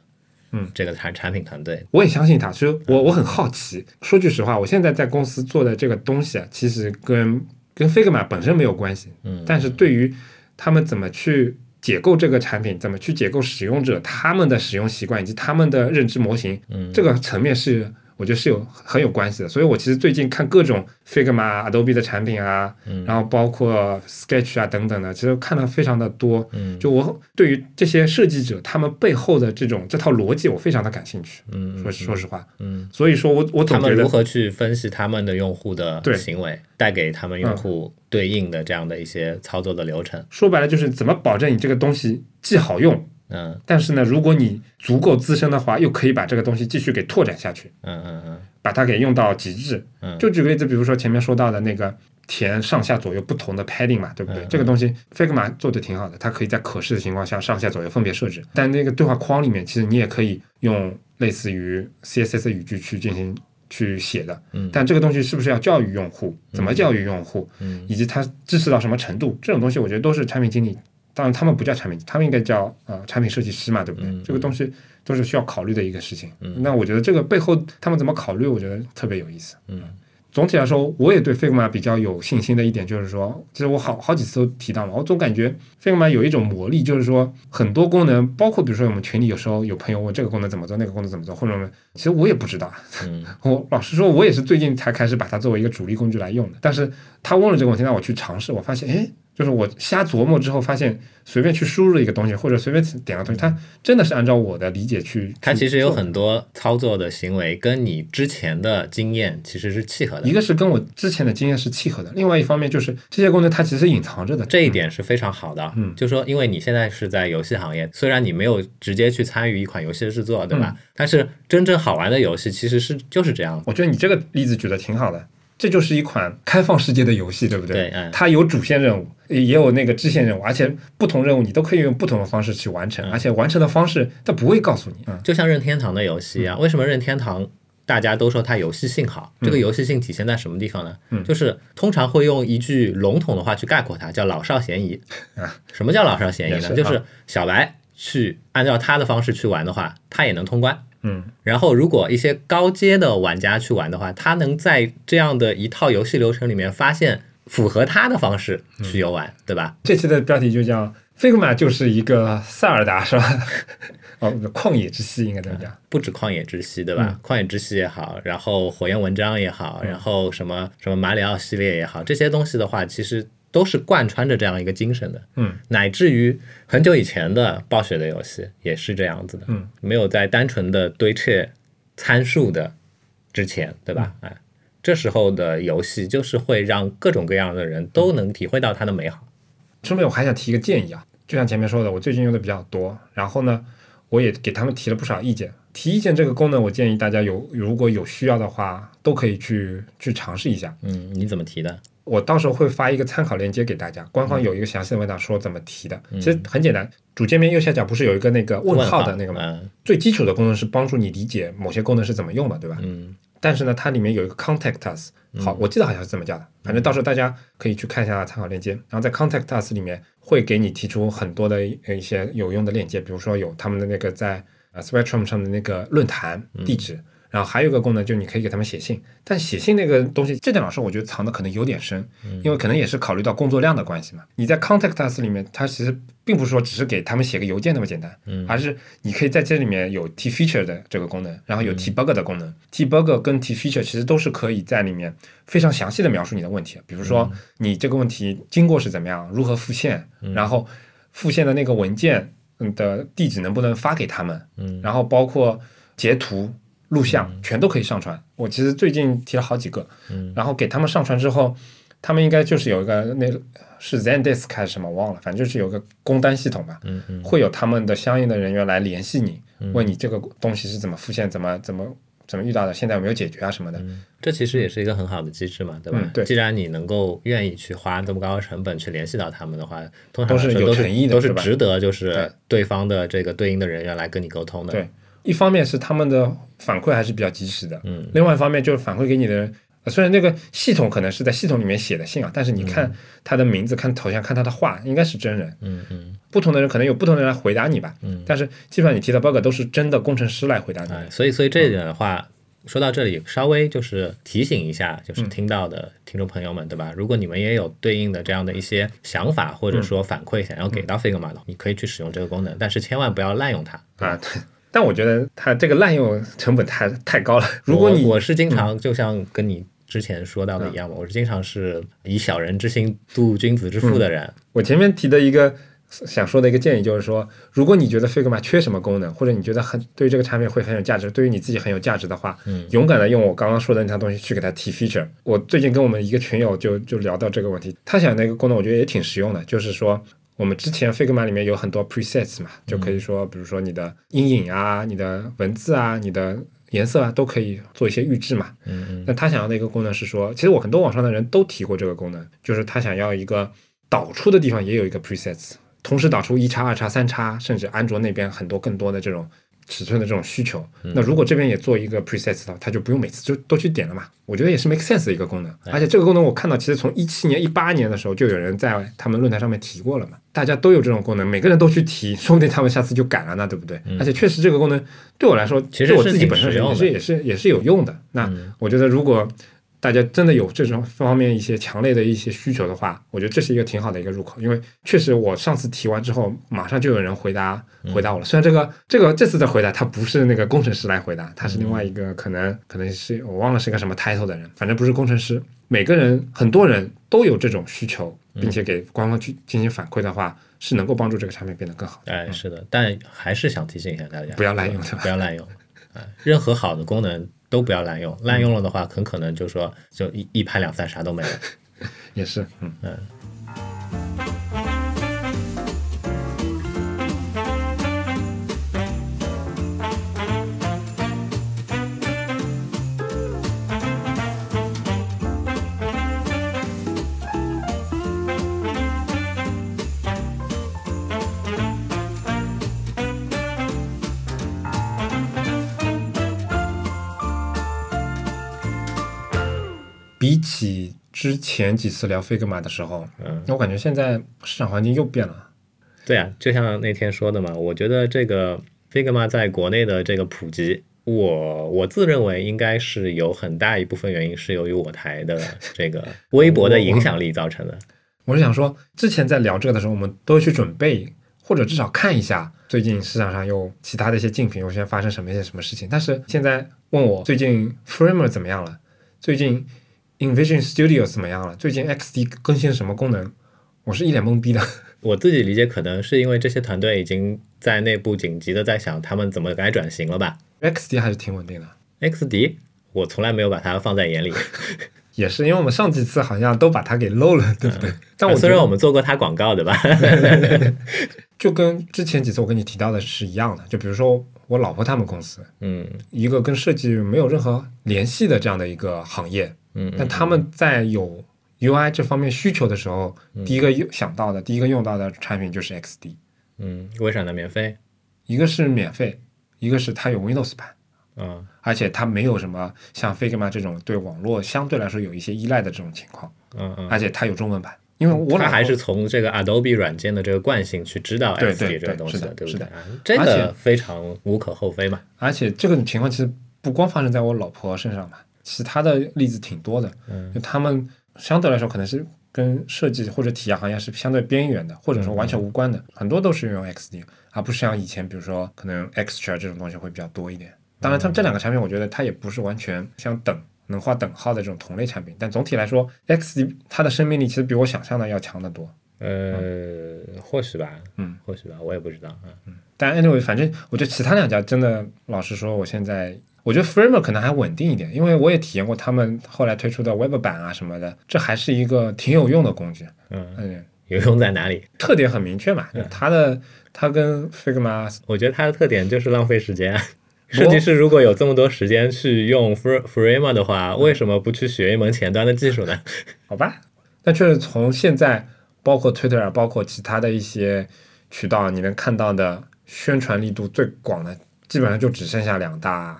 B: 嗯，
A: 这个产产品团队，
B: 我也相信他，其实我我很好奇。说句实话，我现在在公司做的这个东西啊，其实跟跟 Figma 本身没有关系，
A: 嗯，
B: 但是对于他们怎么去解构这个产品，怎么去解构使用者他们的使用习惯以及他们的认知模型，
A: 嗯
B: 这个层面是我觉得是有很有关系的。所以我其实最近看各种 Figma、Adobe 的产品啊，
A: 嗯
B: 然后包括 Sketch 啊等等的，其实看的非常的多。
A: 嗯
B: 就我对于这些设计者他们背后的这种这套逻辑，我非常的感兴趣。
A: 嗯
B: 说说实话，
A: 嗯，
B: 所以说我我
A: 他
B: 总
A: 们
B: 觉
A: 如
B: 得
A: 何去分析他们的用户的
B: 对嗯
A: 行为，带给他们用户对应的这样的一些操作的流程。
B: 说白了就是怎么保证你这个东西既好用，
A: 嗯
B: 但是呢，如果你足够资深的话，又可以把这个东西继续给拓展下去，
A: 嗯嗯嗯
B: 把它给用到极致。
A: 嗯
B: 就举个例子，比如说前面说到的那个填上下左右不同的 padding 嘛，对不对？
A: 嗯
B: 这个东西 Figma 做的挺好的，它可以在可视的情况下上下左右分别设置。但那个对话框里面，其实你也可以用类似于 CSS 的语句去进行去写的。
A: 嗯
B: 但这个东西是不是要教育用户？怎么教育用户？
A: 嗯
B: 以及它支持到什么程度？这种东西我觉得都是产品经理。当然，他们不叫产品，他们应该叫呃产品设计师嘛，对不对？这个东西都是需要考虑的一个事情。那我觉得这个背后他们怎么考虑，我觉得特别有意思。
A: 嗯
B: 总体来说，我也对 Figma 比较有信心的一点就是说，其实我好好几次都提到嘛，我总感觉 Figma 有一种魔力，就是说很多功能，包括比如说我们群里有时候有朋友问这个功能怎么做，那个功能怎么做，或者我们其实我也不知道，
A: 嗯
B: 我老实说，我也是最近才开始把它作为一个主力工具来用的。但是他问了这个问题，让我去尝试，我发现，哎，就是我瞎琢磨之后，发现随便去输入一个东西，或者随便点个东西，它真的是按照我的理解去。
A: 它
B: 去
A: 其实有
B: 做的
A: 很多操作的行为跟你之前的经验其实是契合的
B: 一。个是跟我之前的经验是契合的，另外一方面就是这些功能它其实隐藏着的。
A: 这一点是非常好的，
B: 嗯
A: 就说因为你现在是在游戏行业，虽然你没有直接去参与一款游戏的制作，对吧？
B: 嗯
A: 但是真正好玩的游戏其实是就是这样，
B: 我觉得你这个例子举的挺好的，这就是一款开放世界的游戏，对不
A: 对嗯
B: 它有主线任务，也也有那个支线任务，而且不同任务你都可以用不同的方式去完
A: 嗯
B: 成，而且完成的方式它不会告诉你。嗯，
A: 就像任天堂的游戏一啊样。为什么任天堂大家都说它游戏性好？
B: 嗯
A: 这个游戏性体现在什么地方呢？就是通常会用一句笼统的话去概括它，叫老少咸宜。什么叫老少咸宜
B: 啊也是
A: 呢？
B: 啊
A: 就是小白去按照他的方式去玩的话，他也能通关。
B: 嗯，
A: 然后如果一些高阶的玩家去玩的话，他能在这样的一套游戏流程里面发现符合他的方式去游
B: 嗯
A: 玩，对吧？
B: 这期的标题就叫 Figma 就是一个塞尔达是吧？ 哦，旷野之息应该怎么讲？
A: 不止旷野之息，对
B: 嗯
A: 吧？旷野之息也好，然后火焰文章也好，然后什么什么马里奥系列也好，这些东西的话，其实都是贯穿着这样一个精神的。
B: 嗯，
A: 乃至于很久以前的暴雪的游戏也是这样子的。
B: 嗯，
A: 没有在单纯的堆砌参数的之前，对吧？
B: 嗯
A: 哎，这时候的游戏就是会让各种各样的人都
B: 嗯
A: 能体会到它的美好。
B: 顺便我还想提一个建议啊，就像前面说的，我最近用的比较多，然后呢，我也给他们提了不少意见。提意见这个功能，我建议大家有如果有需要的话，都可以去去尝试一下。
A: 嗯，你怎么提的？
B: 我到时候会发一个参考链接给大家，官方有一个详细的文档说怎么提的。其实很简单，主界面右下角不是有一个那个嗯问号的那个吗？
A: 嗯
B: 最基础的功能是帮助你理解某些功能是怎么用的，对吧？
A: 嗯。
B: 但是呢，它里面有一个 Contact Us，好，我记得好像是这么叫的，反正到时候大家可以去看一下参考链接。然后在 Contact Us 里面会给你提出很多的一一些有用的链接，比如说有他们的那个在呃 Spectrum 上的那个论坛地址。然后还有一个功能，就是你可以给他们写信，但写信那个东西，这点老师我觉得藏的可能有点深，因为可能也是考虑到工作量的关系嘛。你在 Contact Us 里面，它其实并不是说只是给他们写个邮件那么简单，而是你可以在这里面有 T feature 的这个功能，然后有 T bug 的功能。T bug 跟 T feature 其实都是可以在里面非常详细的描述你的问题，比如说你这个问题经过是怎么样，如何复现，然后复现的那个文件嗯的地址能不能发给他们，然后包括截图、录像全都可以上传。我其实最近提了好几个，然后给他们上传之后，他们应该就是有一个那是 ZenDisk 还是什么忘了，反正就是有个工单系统吧，
A: 嗯嗯
B: 会有他们的相应的人员来联系你，问你这个东西是怎么复现、怎么怎么怎么遇到的，现在有没有解决啊什么的。
A: 这其实也是一个很好的机制嘛，对吧？
B: 嗯对
A: 既然你能够愿意去花这么高的成本去联系到他们的话，通常
B: 都是
A: 来说
B: 有
A: 都是
B: 诚意的
A: 都
B: 是
A: 是
B: 吧
A: 值得就是
B: 对
A: 对方的这个对应的人员来跟你沟通的。
B: 对，一方面是他们的反馈还是比较及时的，
A: 嗯，
B: 另外一方面就是反馈给你的人，呃虽然那个系统可能是在系统里面写的信啊，但是你看他的名字、看头像、看他的话，应该是真人。
A: 嗯嗯，
B: 不同的人可能有不同的人来回答你吧，嗯，但是基本上你提的 bug 都是真的工程师来回答你。
A: 哎，所以所以
B: 嗯
A: 这一点的话。说到这里，稍微就是提醒一下，就是
B: 嗯
A: 听到的听众朋友们，对吧？如果你们也有对应的这样的一些想法或
B: 嗯
A: 者说反馈，想要给到 Figma 的，你可以去使用这个功能，但是千万不要滥用它。
B: 啊，对。但我觉得它这个滥用成本太太高了。如果你嗯
A: 我我是经常，就像跟你之前说到的一样嘛，我是经常是以小人之心度君子之腹
B: 嗯
A: 的人。
B: 我前面提的一个想说的一个建议就是说，如果你觉得 Figma 缺什么功能，或者你觉得很对于这个产品会很有价值，对于你自己很有价值的话，嗯，勇敢的用我刚刚说的那套东西去给它提 feature。我最近跟我们一个群友就就聊到这个问题，他想那个功能我觉得也挺实用的，就是说。我们之前 Figma 里面有很多 presets 嘛，就可以说，比如说你的阴影啊、你的文字啊、你的颜色啊，都可以做一些预置嘛。那他想要的一个功能是说，其实我很多网上的人都提过这个功能，就是他想要一个导出的地方也有一个 presets，同时导出一叉、二叉、三叉，甚至安卓那边很多更多的这种尺寸的这种需求。
A: 嗯
B: 那如果这边也做一个 presets 的话，他就不用每次就都去点了嘛。我觉得也是 make sense 的一个功能，
A: 哎
B: 而且这个功能我看到其实从一七年、一八年的时候就有人在他们论坛上面提过了嘛，大家都有这种功能，每个人都去提，说不定他们下次就改了呢，对不对？而且确实这个功能对我来说，
A: 嗯其实
B: 对我
A: 是
B: 自己
A: 挺
B: 本身
A: 实
B: 也
A: 用的
B: 是也是也是有用的。那我觉得，如果大家真的有这种方面一些强烈的一些需求的话，我觉得这是一个挺好的一个入口，因为确实我上次提完之后，马上就有人回答回答我了。虽然这个这个这次的回答他不是那个工程师来回答，他是另外一个可能可能是我忘了是个什么 title 的人，反正不是工程师。每个人很多人都有这种需求，并且给官方去进行反馈的话，是能够帮助这个产品变得更好的。
A: 哎，是的，但还是想提醒一下大家，
B: 嗯不要滥用对吧
A: 不要滥用。哎，任何好的功能都不要滥用，滥用了的话，很可能就说就一一拍两散，啥都没了。
B: 也是，嗯
A: 嗯。
B: 比起之前几次聊 Figma 的时候，
A: 嗯，
B: 我感觉现在市场环境又变了。
A: 对啊，就像那天说的嘛，我觉得这个 Figma 在国内的这个普及，我我自认为应该是有很大一部分原因是由于我台的这个微博的影响力造成的。
B: 我是想说，之前在聊这个的时候，我们都会去准备，或者至少看一下最近市场上有其他的一些竞品优先发生什么一些什么事情。但是现在问我最近 Framer 怎么样了，最近 Invision Studio 怎么样了，最近 XD 更新了什么功能，我是一脸懵逼的。
A: 我自己理解，可能是因为这些团队已经在内部紧急的在想他们怎么该转型了吧。
B: XD 还是挺稳定的，
A: XD，我从来没有把它放在眼里。
B: 也是因为我们上几次好像都把它给漏了，对不对？ 但我
A: 嗯
B: 觉
A: 哎虽
B: 得
A: 然我们做过它广告，对吧？
B: 就跟之前几次我跟你提到的是一样的，就比如说我老婆他们公司，
A: 嗯
B: 一个跟设计没有任何联系的这样的一个行业，
A: 嗯
B: 但他们在有 UI 这方面需求的时候，第一个用想到的、第一个用到的产品就是 XD，
A: 嗯，微闪的免费，
B: 一个是免费，一个是它有 Windows 版，
A: 嗯
B: 而且它没有什么像 Figma 这种对网络相对来说有一些依赖的这种情况，
A: 嗯嗯。
B: 而且它有中文版，因为我
A: 它
B: 老
A: 还
B: 婆
A: 是从这个 Adobe 软件的这个惯性去知道
B: 对
A: XD
B: 对
A: 这个东西
B: 对
A: 对不
B: 是
A: 对？
B: 的
A: 啊这
B: 而
A: 个
B: 且
A: 非常无可厚非嘛。
B: 而且这个情况其实不光发生在我老婆身上嘛，其他的例子挺多的。嗯，就他们相对来说可能是跟设计或者体验行业是相对边缘的，或者说完全无关的，很多都是用 XD，而不是像以前比如说可能 Extra 这种东西会比较多一点。当然，他们这两个产品，我觉得它也不是完全相等。能画等号的这种同类产品，但总体来说，XD 它的生命力其实比我想象的要强得多。
A: 呃，或许吧，
B: 嗯，
A: 或许吧，我也不知道啊。
B: 但 anyway，反正我觉得其他两家真的，老实说，我现在我觉得 Framer 可能还稳定一点，因为我也体验过他们后来推出的 Web 版啊什么的，这还是一个挺有用的工具。
A: 嗯，
B: 嗯，
A: 有用在哪里？
B: 特点很明确嘛，就它的它跟 Figma
A: 我觉得它的特点就是浪费时 间啊。
B: 不
A: 设计师如果有这么多时间去用 Fra- Framer 的
B: 嗯
A: 话，为什么不去学一门前端的技术呢？
B: 好吧，但确实从现在包括 Twitter 啊，包括其他的一些渠道，你能看到的宣传力度最广的，基本上就只剩下两大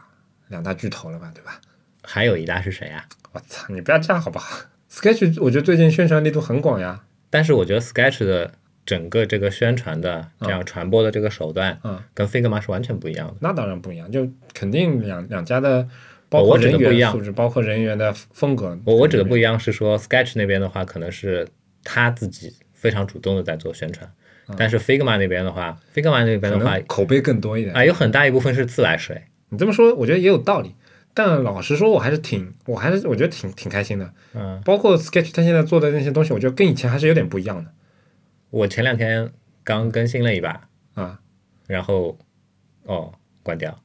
B: 两大巨头了吧，对吧？
A: 还有一大是谁啊？
B: 我操，你不要这样好不好？Sketch 我觉得最近宣传力度很广呀，
A: 但是我觉得 Sketch 的整个这个宣传的这样传播的这个手段，
B: 嗯，
A: 跟 Figma 是完全不一样的。
B: 那当然不一样，就肯定两两家的，包
A: 哦我
B: 括
A: 指的
B: 人
A: 不一
B: 员
A: 样哦
B: 素质，包括人员的风格。
A: 我我指的不
B: 一
A: 一样是说 Sketch 那边的话，可能是他自己非常主动的在做宣传，但是 Figma 那边的话，Figma 那边
B: 嗯可
A: 的话
B: 能口碑更多一点。
A: 啊，有很大一部分是自来水。
B: 你这么说，我觉得也有道理。但老实说，我还是挺，我还是我觉得挺挺开心的。
A: 嗯，
B: 包括 Sketch 它现在做的那些东西，我觉得跟以前还是有点不一样的
A: 我前两天刚更新了一把，
B: 啊。
A: 然后哦关掉。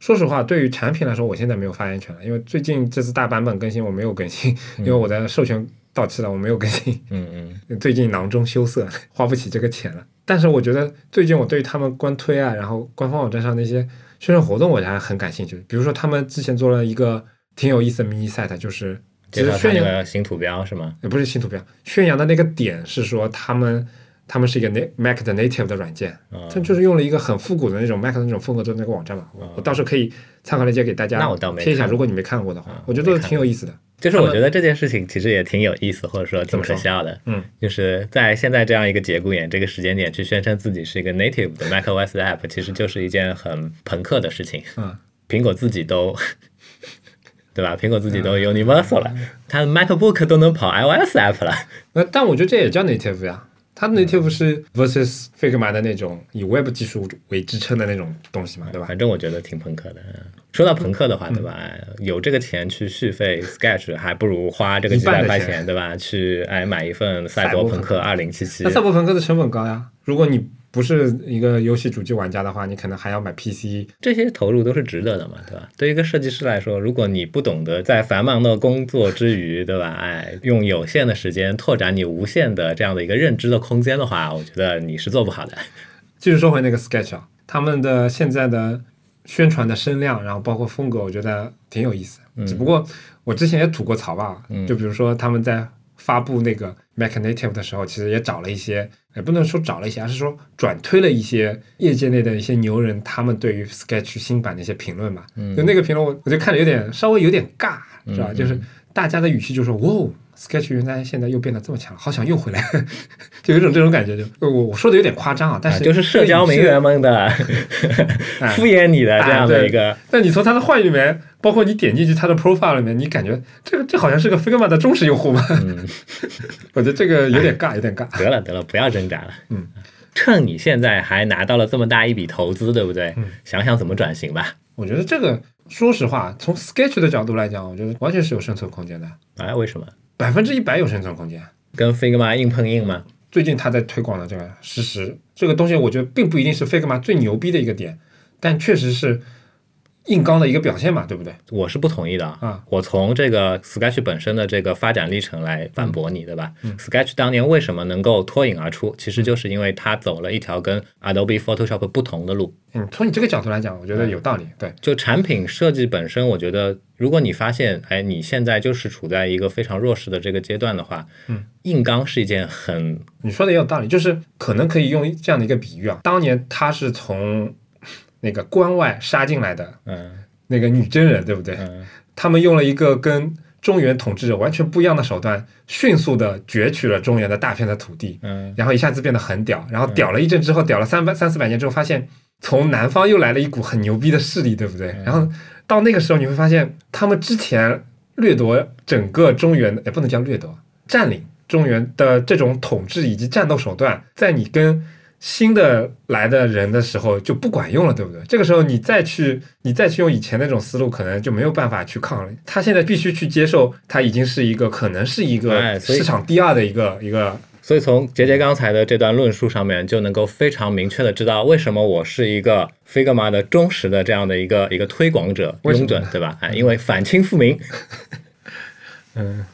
B: 说实话，对于产品来说，我现在没有发言权了，因为最近这次大版本更新我没有更新，因为我的授权到期了，我没有更新。
A: 嗯嗯，
B: 最近囊中羞涩， 花不起这个钱了。但是我觉得最近我对他们官推啊，然后官方网站上那些宣传活动，我还很感兴趣。比如说他们之前做了一个挺有意思的 mini site，就是其
A: 介
B: 实
A: 绍他
B: 宣
A: 那
B: 扬呃
A: 个新图标是吗？
B: 也不是新图标，宣扬的那个点是说他们他们是一个 na- Mac 的 native 的软件，
A: 嗯
B: 他就是用了一个很复古的那种 Mac 的那种风格做那个网站嘛。我我到时候可以参考链接给大家
A: 啊那我倒没
B: 贴一下，
A: 看过
B: 如果你没看过的话
A: 嗯，
B: 我觉得
A: 我没
B: 做的
A: 看
B: 挺有意思的。
A: 就是我觉得这件事情其实也挺有意思，或者说
B: 怎
A: 挺
B: 么说
A: 可笑的。
B: 嗯，
A: 就是在现在这样一个节骨眼、这个时间点去宣称自己是一个 native 的 macOS app，其实就是一件很朋克的事情。
B: 嗯，
A: 苹果自己都， 对吧？苹果自己
B: 啊
A: 都 universal 了，它的 MacBook 都能跑 iOS app 了。
B: 那但我觉得这也叫 native 呀、它的 native 是 versus Figma 的那种以 Web 技术为支撑的那种东西嘛，对吧？
A: 反正我觉得挺朋克的。嗯说到朋克的话，对吧？
B: 嗯
A: 有这个钱去续费 Sketch，还不如花这个
B: 一
A: 几百
B: 半的
A: 块
B: 钱
A: 钱，对吧？去哎买一份《赛
B: 赛博
A: 博
B: 朋
A: 朋克二零七七
B: 那》。赛博朋克的成本高呀，如果你不是一个游戏主机玩家的话，你可能还要买 PC。
A: 这些投入都是值得的嘛，对吧？对于一个设计师来说，如果你不懂得在繁忙的工作之余，对吧？哎，用有限的时间拓展你无限的这样的一个认知的空间的话，我觉得你是做不好的。
B: 继续说回那个 Sketch 啊，他们的现在的宣传的声量，然后包括风格，我觉得挺有意思。只不过我之前也吐过槽吧，就比如说他们在发布那个 Mac Native 的时候，其实也找了一些，也不能说找了一些，而是说转推了一些业界内的一些牛人，他们对于 Sketch 新版的一些评论吧。就那个评论我，我就看着有点稍微有点尬，知道吧？就是大家的语气就说：“哇哦，Sketch 原来现在又变得这么强了，好 想用回来。”就有一种这种感觉就，我我说的有点夸张啊，但
A: 啊
B: 是、啊
A: 就是社交名媛 们的敷衍你的这样的一个，
B: 但你从他的话语里面，包括你点进去他的 profile 里面，你感觉这个这好像是个 Figma 的忠实用户吗？
A: 嗯
B: 我觉得这个有点尬，有点尬。
A: 得了得了，不要挣扎了。
B: 嗯，
A: 趁你现在还拿到了这么大一笔投资，对不对？想想怎么转型吧。
B: 我觉得这个，说实话，从 Sketch 的角度来讲，我觉得完全是有生存空间的，
A: 哎，为什么
B: 百分之一百有生存空间。
A: 跟 Figma 硬碰硬吗？
B: 最近他在推广的这个实时，这个东西我觉得并不一定是 Figma 最牛逼的一个点，但确实是硬刚的一个表现嘛，对不对？
A: 我是不同意的
B: 啊！
A: 我从这个 Sketch 本身的这个发展历程来反驳你，对吧、s k e t c h 当年为什么能够脱颖而出，其实就是因为它走了一条跟 Adobe Photoshop 不同的路。
B: 嗯，从你这个角度来讲，我觉得有道理。对，
A: 就产品设计本身，我觉得，如果你发现，哎，你现在就是处在一个非常弱势的这个阶段的话，嗯，硬刚是一件很
B: 你说的也有道理，就是可能可以用这样的一个比喻啊，当年他是从那个关外杀进来的
A: 嗯
B: 那个女真人，对不对？
A: 嗯
B: 他们用了一个跟中原统治者完全不一样的手段，迅速的攫取了中原的大片的土地，
A: 嗯
B: 然后一下子变得很屌，然后屌了一阵之后，屌了三百三四百年之后，发现从南方又来了一股很牛逼的势力，对不对？
A: 嗯
B: 然后到那个时候，你会发现他们之前掠夺整个中原的，也不能叫掠夺，占领中原的这种统治以及战斗手段，在你跟新的来的人的时候就不管用了，对不对？这个时候你再去你再去用以前那种思路，可能就没有办法去抗了。他现在必须去接受，他已经是一个可能是一
A: 哎
B: 个
A: 所以
B: 市场第二的一个一个
A: 所以从杰杰刚才的这段论述上面，就能够非常明确的知道为什么我是一个 Figma 的忠实的这样的一个一个推广者、
B: 为什么
A: 拥
B: 呢
A: 趸，对吧？哎，因为反清复明，
B: 嗯，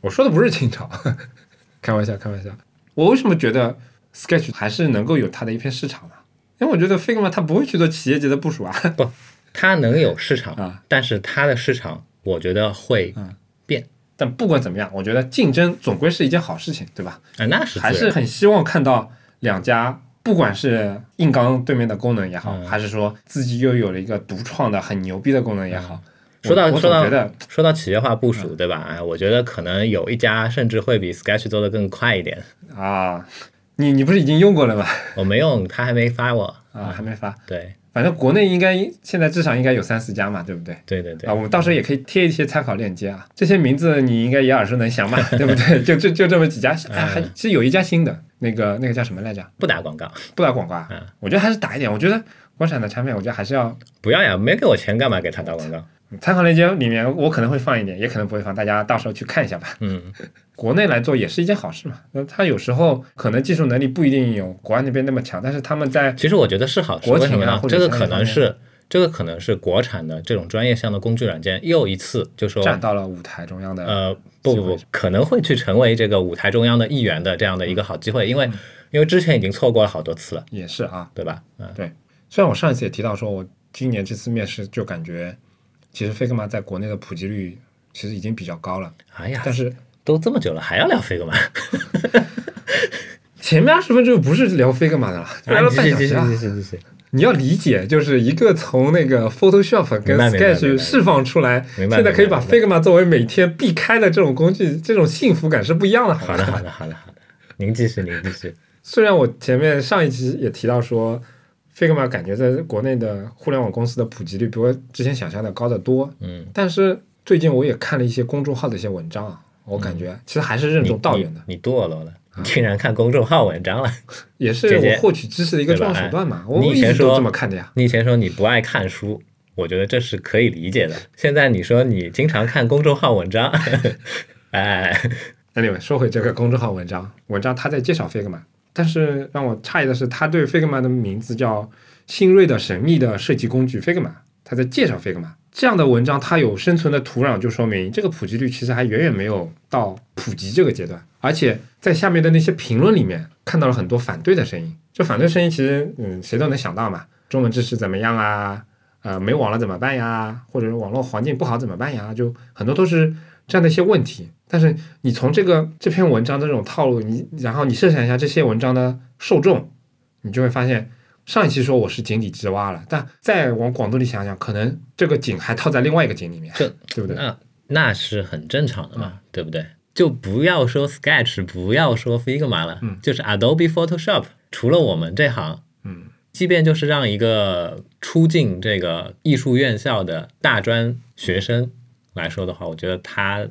B: 我说的不是清朝， 开玩笑，开玩笑。我为什么觉得 Sketch 还是能够有它的一片市场呢？因为我觉得 Figma 它不会去做企业级的部署啊。
A: 它能有市场，
B: 啊嗯
A: 但是它的市场，我觉得会啊、
B: 但不管怎么样，我觉得竞争总归是一件好事情，对吧？
A: 啊那是自
B: 还
A: 然
B: 是很希望看到两家，不管是硬刚对面的功能也
A: 嗯
B: 好，还是说自己又有了一个独创的很牛逼的功能也好，我
A: 嗯说到
B: 我
A: 说
B: 总
A: 到
B: 觉得
A: 说到企业化部署，对吧？
B: 嗯
A: 哎，我觉得可能有一家甚至会比 Sketch 做的更快一点。
B: 啊，你你不是已经用过了吗？
A: 我没用，他还没发我。
B: 啊，还没发，
A: 对
B: 反正国内应该现在至少应该有三四家嘛，对不对？
A: 对对对
B: 啊，，我们到时候也可以贴一些参考链接啊，这些名字你应该也耳熟能 详嘛，对不对？就就就这么几家，
A: 嗯
B: 哎，还其实有一家新的，那个那个叫什么来着？
A: 不打广告，
B: 不打广告啊
A: 嗯，
B: 我觉得还是打一点，我觉得国产的产品，我觉得还是要嗯
A: 不要呀，没给我钱干嘛给他打广告？
B: 参考链接里面我可能会放一点，也可能不会放，大家到时候去看一下吧。
A: 嗯，
B: 国内来做也是一件好事嘛，那他有时候可能技术能力不一定有国外那边那么强，但是他们在
A: 其实我觉得是好事，
B: 国
A: 为
B: 情啊
A: 什么呢
B: 或？者
A: 这个
B: 商业
A: 可能
B: 方面
A: 是这个可能是国产的这种专业项的工具软件又一次就说
B: 站到了舞台中央的，
A: 呃，不不不，可能会去成为这个舞台中央的一员的这样的一个好机会，因为
B: 嗯
A: 因为之前已经错过了好多次了，
B: 也是啊，
A: 对吧？嗯，
B: 虽然我上一次也提到说，我今年这次面试就感觉，其实 Figma 在国内的普及率其实已经比较高 了，
A: 哎呀
B: 但，是
A: 都这么久了，还要聊 Figma？
B: 前面二十分钟不是聊 Figma 的了，聊了半 小时啊。
A: 行行行，
B: 你要理解，就是一个从那个 Photoshop 跟
A: 明白明白明
B: Sketch
A: 白
B: 释放出来，
A: 明白
B: 现在可以把
A: 明白
B: Figma 作为每天必开的这种工具，这种幸福感是不一样的，好
A: 好
B: 吧
A: 的好的好的好的，您继续您继续，
B: 虽然我前面上一期也提到说，Figma 感觉在国内的互联网公司的普及率比我之前想象的高得多，
A: 嗯，
B: 但是最近我也看了一些公众号的一些文章啊，我感觉其实还是
A: 嗯
B: 任
A: 你
B: 重道远的，啊
A: 你，你堕落了，你竟然看公众号文章了。
B: 也是
A: 姐姐
B: 我获取知识的一个
A: 对吧
B: 重要手段嘛。
A: 哎
B: 我
A: 你以
B: 一
A: 前
B: 直
A: 说
B: 都这么看的呀。
A: 你以前说你不爱看书，我觉得这是可以理解的。现在你说你经常看公众号文章， 哎，
B: Anyway，说回这个公众号文章，文章他在介绍 Figma，但是让我诧异的是，他对 Figma 的名字叫“新锐的神秘的设计工具 Figma”，他在介绍 Figma 这样的文章，它有生存的土壤，就说明这个普及率其实还远远没有到普及这个阶段。而且在下面的那些评论里面，看到了很多反对的声音。这反对声音其实，嗯，谁都能想到嘛，中文知识怎么样啊？呃，没网了怎么办呀？或者是网络环境不好怎么办呀？就很多都是这样的一些问题。但是你从这个这篇文章的这种套路，你然后你设想一下这些文章的受众，你就会发现，上一期说我是井底之蛙了，但再往广度里想想，可能这个井还套在另外一个井里面，
A: 这
B: 对不对？
A: 那那是很正常的
B: 嗯
A: 嘛，对不对？就不要说 Sketch，不要说 Figma 了，
B: 嗯
A: 就是 Adobe Photoshop，除了我们这行，
B: 嗯，
A: 即便就是让一个出进这个艺术院校的大专学生来说的话，我觉得他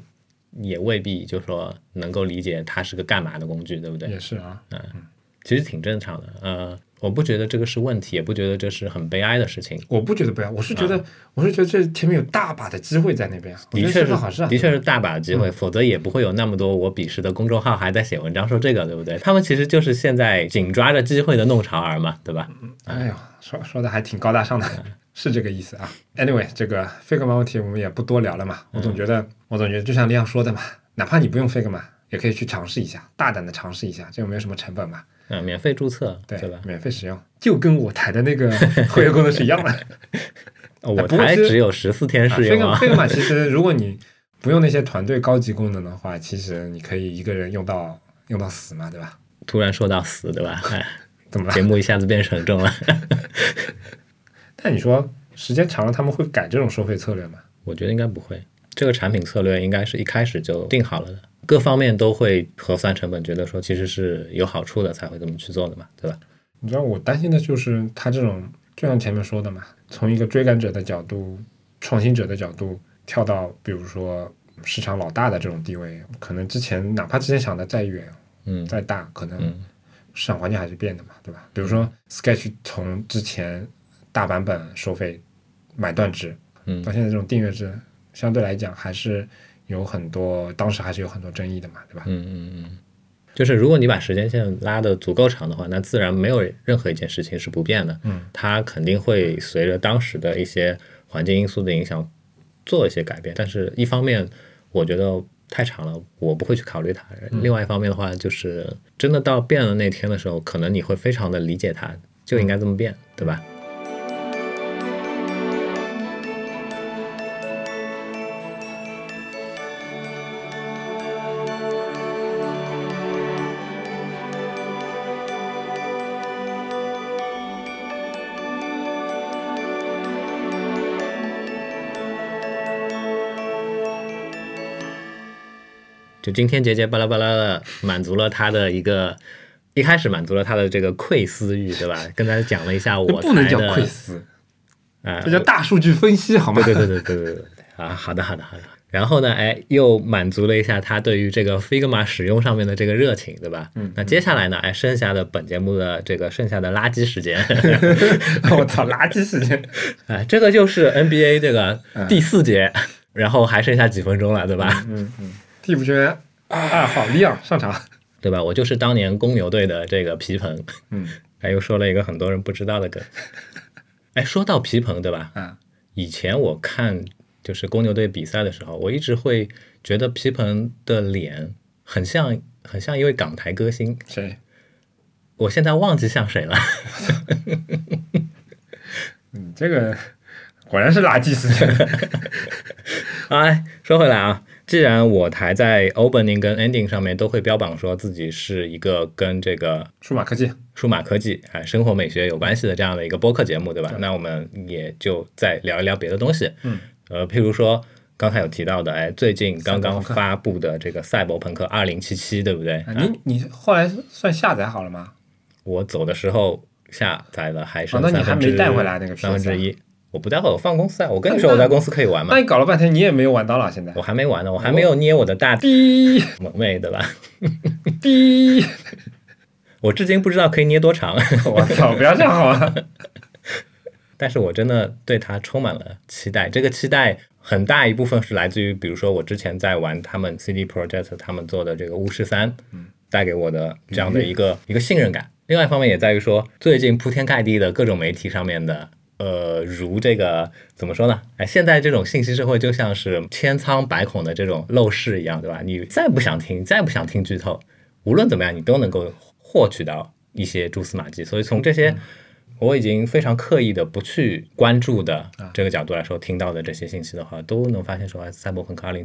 A: 也未必就说能够理解它是个干嘛的工具，对不对？
B: 也是啊，
A: 其实挺正常的。呃，我不觉得这个是问题，也不觉得这是很悲哀的事情。
B: 我不觉得不要，我是觉得、我是觉得这前面有大把的机会在那边，我觉
A: 啊的确
B: 得
A: 是
B: 是个好事啊，
A: 的确是大把机会，否则也不会有那么多我鄙视的公众号还在写文章说这个，对不对？他们其实就是现在紧抓着机会的弄潮儿嘛，对吧？
B: 哎呦，说说的还挺高大上的， 是这个意思啊。Anyway，这个 Figma 问题我们也不多聊了嘛。我总觉得，我总觉得就像李阳说的嘛，哪怕你不用 Figma，也可以去尝试一下，大胆的尝试一下，这个没有什么成本嘛，
A: 嗯、免费注册，
B: 对，
A: 吧？
B: 免费使用，就跟我台的那个会员功能是一样的。
A: 哦我
B: 哎不过
A: 才
B: 其实
A: 只有十四天试用
B: Figma
A: 啊。
B: Figma 其实如果你不用那些团队高级功能的话，其实你可以一个人用到用到死嘛，对吧？
A: 突然说到死，对吧？哎，
B: 怎么了
A: 节？目一下子变沉重了。
B: 但你说时间长了，他们会改这种收费策略吗？
A: 我觉得应该不会，这个产品策略应该是一开始就定好了的，各方面都会核算成本，觉得说其实是有好处的才会这么去做的嘛，对吧？
B: 你知道我担心的就是他这种，就像前面说的嘛，从一个追赶者的角度、创新者的角度跳到，比如说市场老大的这种地位，可能之前哪怕之前想的再远、
A: 嗯，
B: 再大，可能
A: 嗯
B: 市场环境还是变的嘛，对吧？比如说 Sketch 从之前大版本收费买断制，
A: 嗯
B: 到现在这种订阅制，相对来讲还是有很多，当时还是有很多争议的嘛，对吧？
A: 嗯嗯嗯，就是如果你把时间线拉得足够长的话，那自然没有任何一件事情是不变的。
B: 嗯，
A: 它肯定会随着当时的一些环境因素的影响做一些改变。但是，一方面我觉得太长了，我不会去考虑它；
B: 嗯
A: 另外一方面的话，就是真的到变了那天的时候，可能你会非常的理解它，就应该这么
B: 嗯
A: 变，对吧？就今天杰杰巴拉巴拉的满足了他的一个，一开始满足了他的这个窥私欲，对吧？跟他讲了一下我
B: 这不能
A: 台
B: 叫
A: 的
B: 窥私，
A: 啊，
B: 这叫大数据分析，好 吗？
A: 对对对对对对对啊，好的好的好的。然后呢，哎，又满足了一下他对于这个 Figma 使用上面的这个热情，对吧？嗯。那接下来呢，哎，剩下的本节目的这个剩下的垃圾时 间，
B: 我操，垃圾时间！
A: 哎，这个就是 NBA 这个第四节，然后还剩下几分钟了，对吧？
B: 嗯嗯，啊替补球员二号里昂上场。
A: 对吧？我就是当年公牛队的这个皮蓬，
B: 嗯
A: 哎，又说了一个很多人不知道的梗。哎，说到皮蓬，对吧？
B: 啊，
A: 以前我看就是公牛队比赛的时候，我一直会觉得皮蓬的脸很像很像一位港台歌星，
B: 谁？
A: 我现在忘记像谁了。
B: 你嗯这个果然是垃圾时 间。
A: 哎，说回来啊，既然我台在 opening 跟 ending 上面都会标榜说自己是一个跟这个
B: 数码科技，
A: 数码科技啊、生活美学有关系的这样的一个播客节目，对吧？那我们也就再聊一聊别的东西，
B: 嗯，
A: 呃，譬如说刚才有提到的，哎，最近刚
B: 赛博
A: 刚
B: 朋克
A: 发布的这个《赛博朋克2077》，对不对？
B: 啊你你后来算下载好了吗？
A: 我走的时候下载了，还剩
B: 哦那你
A: 三
B: 还
A: 分
B: 没
A: 之
B: 带回来那个 PS3
A: 三分之一，我不带回来，我放公司啊。我跟你说，我在公司可以玩嘛
B: 那，你搞了半天，你也没有玩到了，现在
A: 我。还没玩呢，我还没有捏我的大
B: 哔
A: 萌妹，对吧？
B: 哔！
A: 我至今不知道可以捏多长，
B: 我操，不要这样好吗？
A: 但是我真的对它充满了期待。这个期待很大一部分是来自于，比如说我之前在玩他们 CD Project 他们做的这个《巫师三》，带给我的这样的一个一个信任感。另外一方面也在于说，最近铺天盖地的各种媒体上面的。呃，如这个怎么说呢？哎，现在这种信息社会就像是千疮百孔的这种陋室一样，对吧？你再不想听，再不想听剧透，无论怎么样，你都能够获取到一些蛛丝马迹。所以从这些我已经非常刻意的不去关注的这个角度来说，听到的这些信息的话，都能发现说，哎，《赛博朋克2077》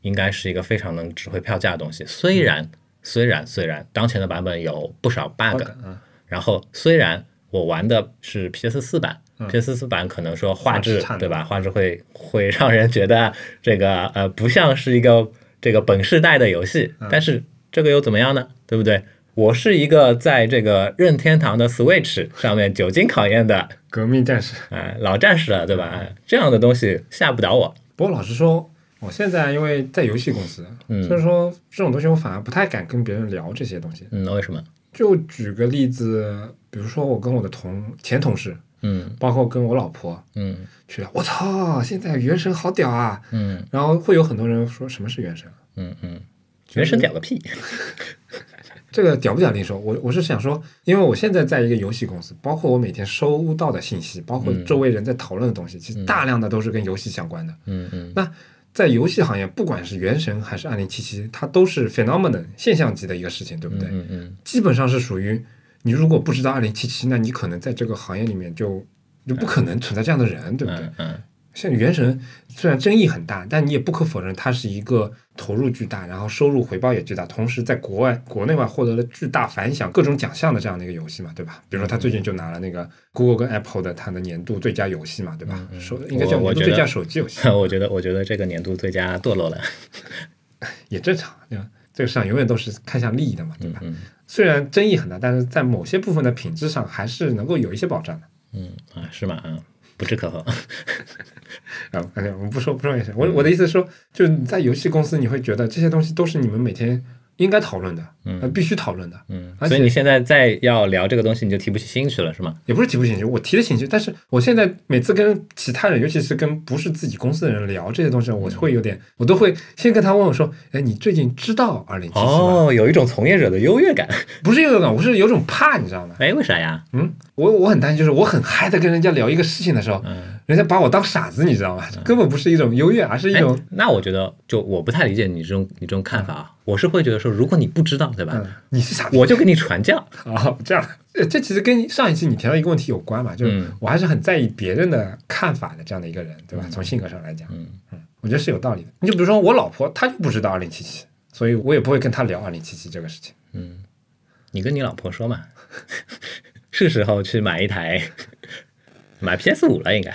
A: 应该是一个非常能值回票价的东西。虽然虽然虽然当前的版本有不少 bug，
B: 嗯
A: 然后虽然我玩的是 PS 四版。PS 四版可能说画
B: 嗯画质
A: 质
B: 差
A: 对吧？画质会会让人觉得这个呃不像是一个这个本世代的游戏，
B: 嗯
A: 但是这个又怎么样呢？对不对？我是一个在这个任天堂的 Switch 上面久经考验的
B: 革命战士。
A: 哎，老战士了，对吧？这样的东西吓不倒我。
B: 不过老实说，我现在因为在游戏公司，
A: 嗯
B: 所以说这种东西我反而不太敢跟别人聊这些东西。
A: 嗯，为什么？
B: 就举个例子，比如说我跟我的同前同事，
A: 嗯
B: 包括跟我老婆
A: 嗯
B: 去聊，我操，现在原神好屌啊！
A: 嗯
B: 然后会有很多人说什么是原神，啊
A: 嗯嗯，原神屌个 屁！
B: 这个屌不屌另说。我我是想说，因为我现在在一个游戏公司，包括我每天收到的信息，包括周围人在讨论的东西，其实大量的都是跟游戏相关的。
A: 嗯嗯
B: 那在游戏行业，不管是原神还是二零七七，它都是 phenomenon 现象级的一个事情，对不对？
A: 嗯嗯
B: 基本上是属于你如果不知道二零七七，那你可能在这个行业里面就就不可能存在这样的人，对不对？
A: 嗯嗯
B: 像原神虽然争议很大，但你也不可否认，它是一个投入巨大，然后收入回报也巨大，同时在国外、国内外获得了巨大反响、各种奖项的这样的一个游戏嘛，对吧？
A: 嗯
B: 比如说，它最近就拿了那个 Google 跟 Apple 的它的年度最佳游戏嘛，对吧？手应该叫
A: 我我
B: 年度
A: 觉
B: 最
A: 得
B: 佳手机游戏，
A: 嗯， 我觉得我觉得这个年度最佳堕落了。
B: 也正常，对吧？这个市场永远都是看向利益的嘛，对吧？
A: 嗯
B: 虽然争议很大，但是在某些部分的品质上还是能够有一些保障的。
A: 嗯啊，是吗？啊，不置可否。
B: 啊，反正我们不说不说也是。我我的意思是说，就是你在游戏公司，你会觉得这些东西都是你们每天应该讨论的，嗯，必须讨论的，
A: 嗯，
B: 而
A: 所以你
B: 且
A: 现在再要聊这个东西，你就提不起兴趣了，是吗？
B: 也不是提不兴趣，我提了兴趣，但是我现在每次跟其他人，尤其是跟不是自己公司的人聊这些东西，
A: 嗯
B: 我会有点，我都会先跟他问我说，哎，你最近知道二零七七吗？
A: 哦，有一种从业者的优越感。
B: 不是有种，我是有种怕，你知道吗？
A: 哎，为啥呀？
B: 嗯，我我很担心，就是我很嗨的跟人家聊一个事情的时候，
A: 嗯
B: 人家把我当傻子，你知道吗？根本不是一种优越，而是一
A: 哎
B: 种、，
A: 那我觉得就我不太理解你这种你这种看法啊，我是会觉得说，如果你不知道，对吧？
B: 嗯，你是傻子，
A: 我就给你传教。
B: 哦， 这样，这这其实跟上一期你提到一个问题有关嘛，就是
A: 嗯
B: 我还是很在意别人的看法的这样的一个人，对吧？从性格上来讲，
A: 嗯
B: 我觉得是有道理的。你就比如说我老婆，她就不知道二零七七，所以我也不会跟她聊二零七七这个事情。
A: 嗯，你跟你老婆说嘛，是时候去买一台， 买 PS 五了应该。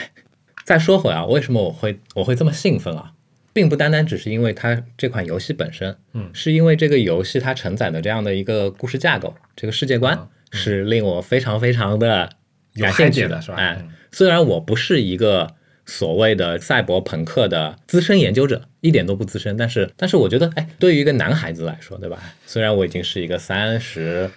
A: 再说回啊，为什么我会我会这么兴奋啊？并不单单只是因为它这款游戏本身，
B: 嗯
A: 是因为这个游戏它承载的这样的一个故事架构，这个世界观
B: 嗯
A: 是令我非常非常的感兴趣
B: 有嗨点的是吧
A: 哎
B: 嗯，
A: 虽然我不是一个所谓的赛博朋克的资深研究者，一点都不资深，但是但是我觉得，哎，对于一个男孩子来说，对吧？虽然我已经是一个三十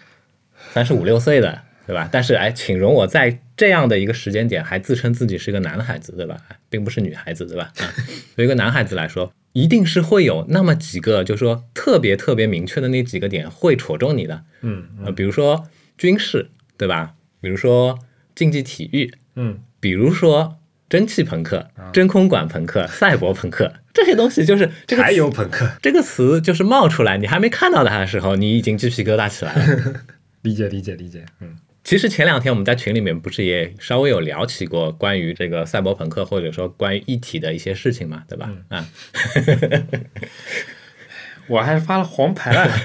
A: 三十五六岁的，对吧？但是哎，请容我在这样的一个时间点还自称自己是个男孩子，对吧？哎并不是女孩子，对吧？啊， 对于一个男孩子来说，一定是会有那么几个，就是说特别特别明确的那几个点会戳中你的，
B: 嗯
A: 呃，比如说军事，对吧？比如说竞技体育，
B: 嗯，
A: 比如说蒸汽朋克、真空管朋克、赛博朋克这些东西，就是这个
B: 柴
A: 词
B: 油朋克，
A: 这个词就是冒出来，你还没看到它的时候，你已经鸡皮疙瘩起来了。
B: 理解理解理解，嗯
A: 其实前两天我们在群里面不是也稍微有聊起过关于这个赛博朋克或者说关于一体的一些事情嘛，对吧？
B: 嗯
A: 啊，
B: 我还发了黄牌了，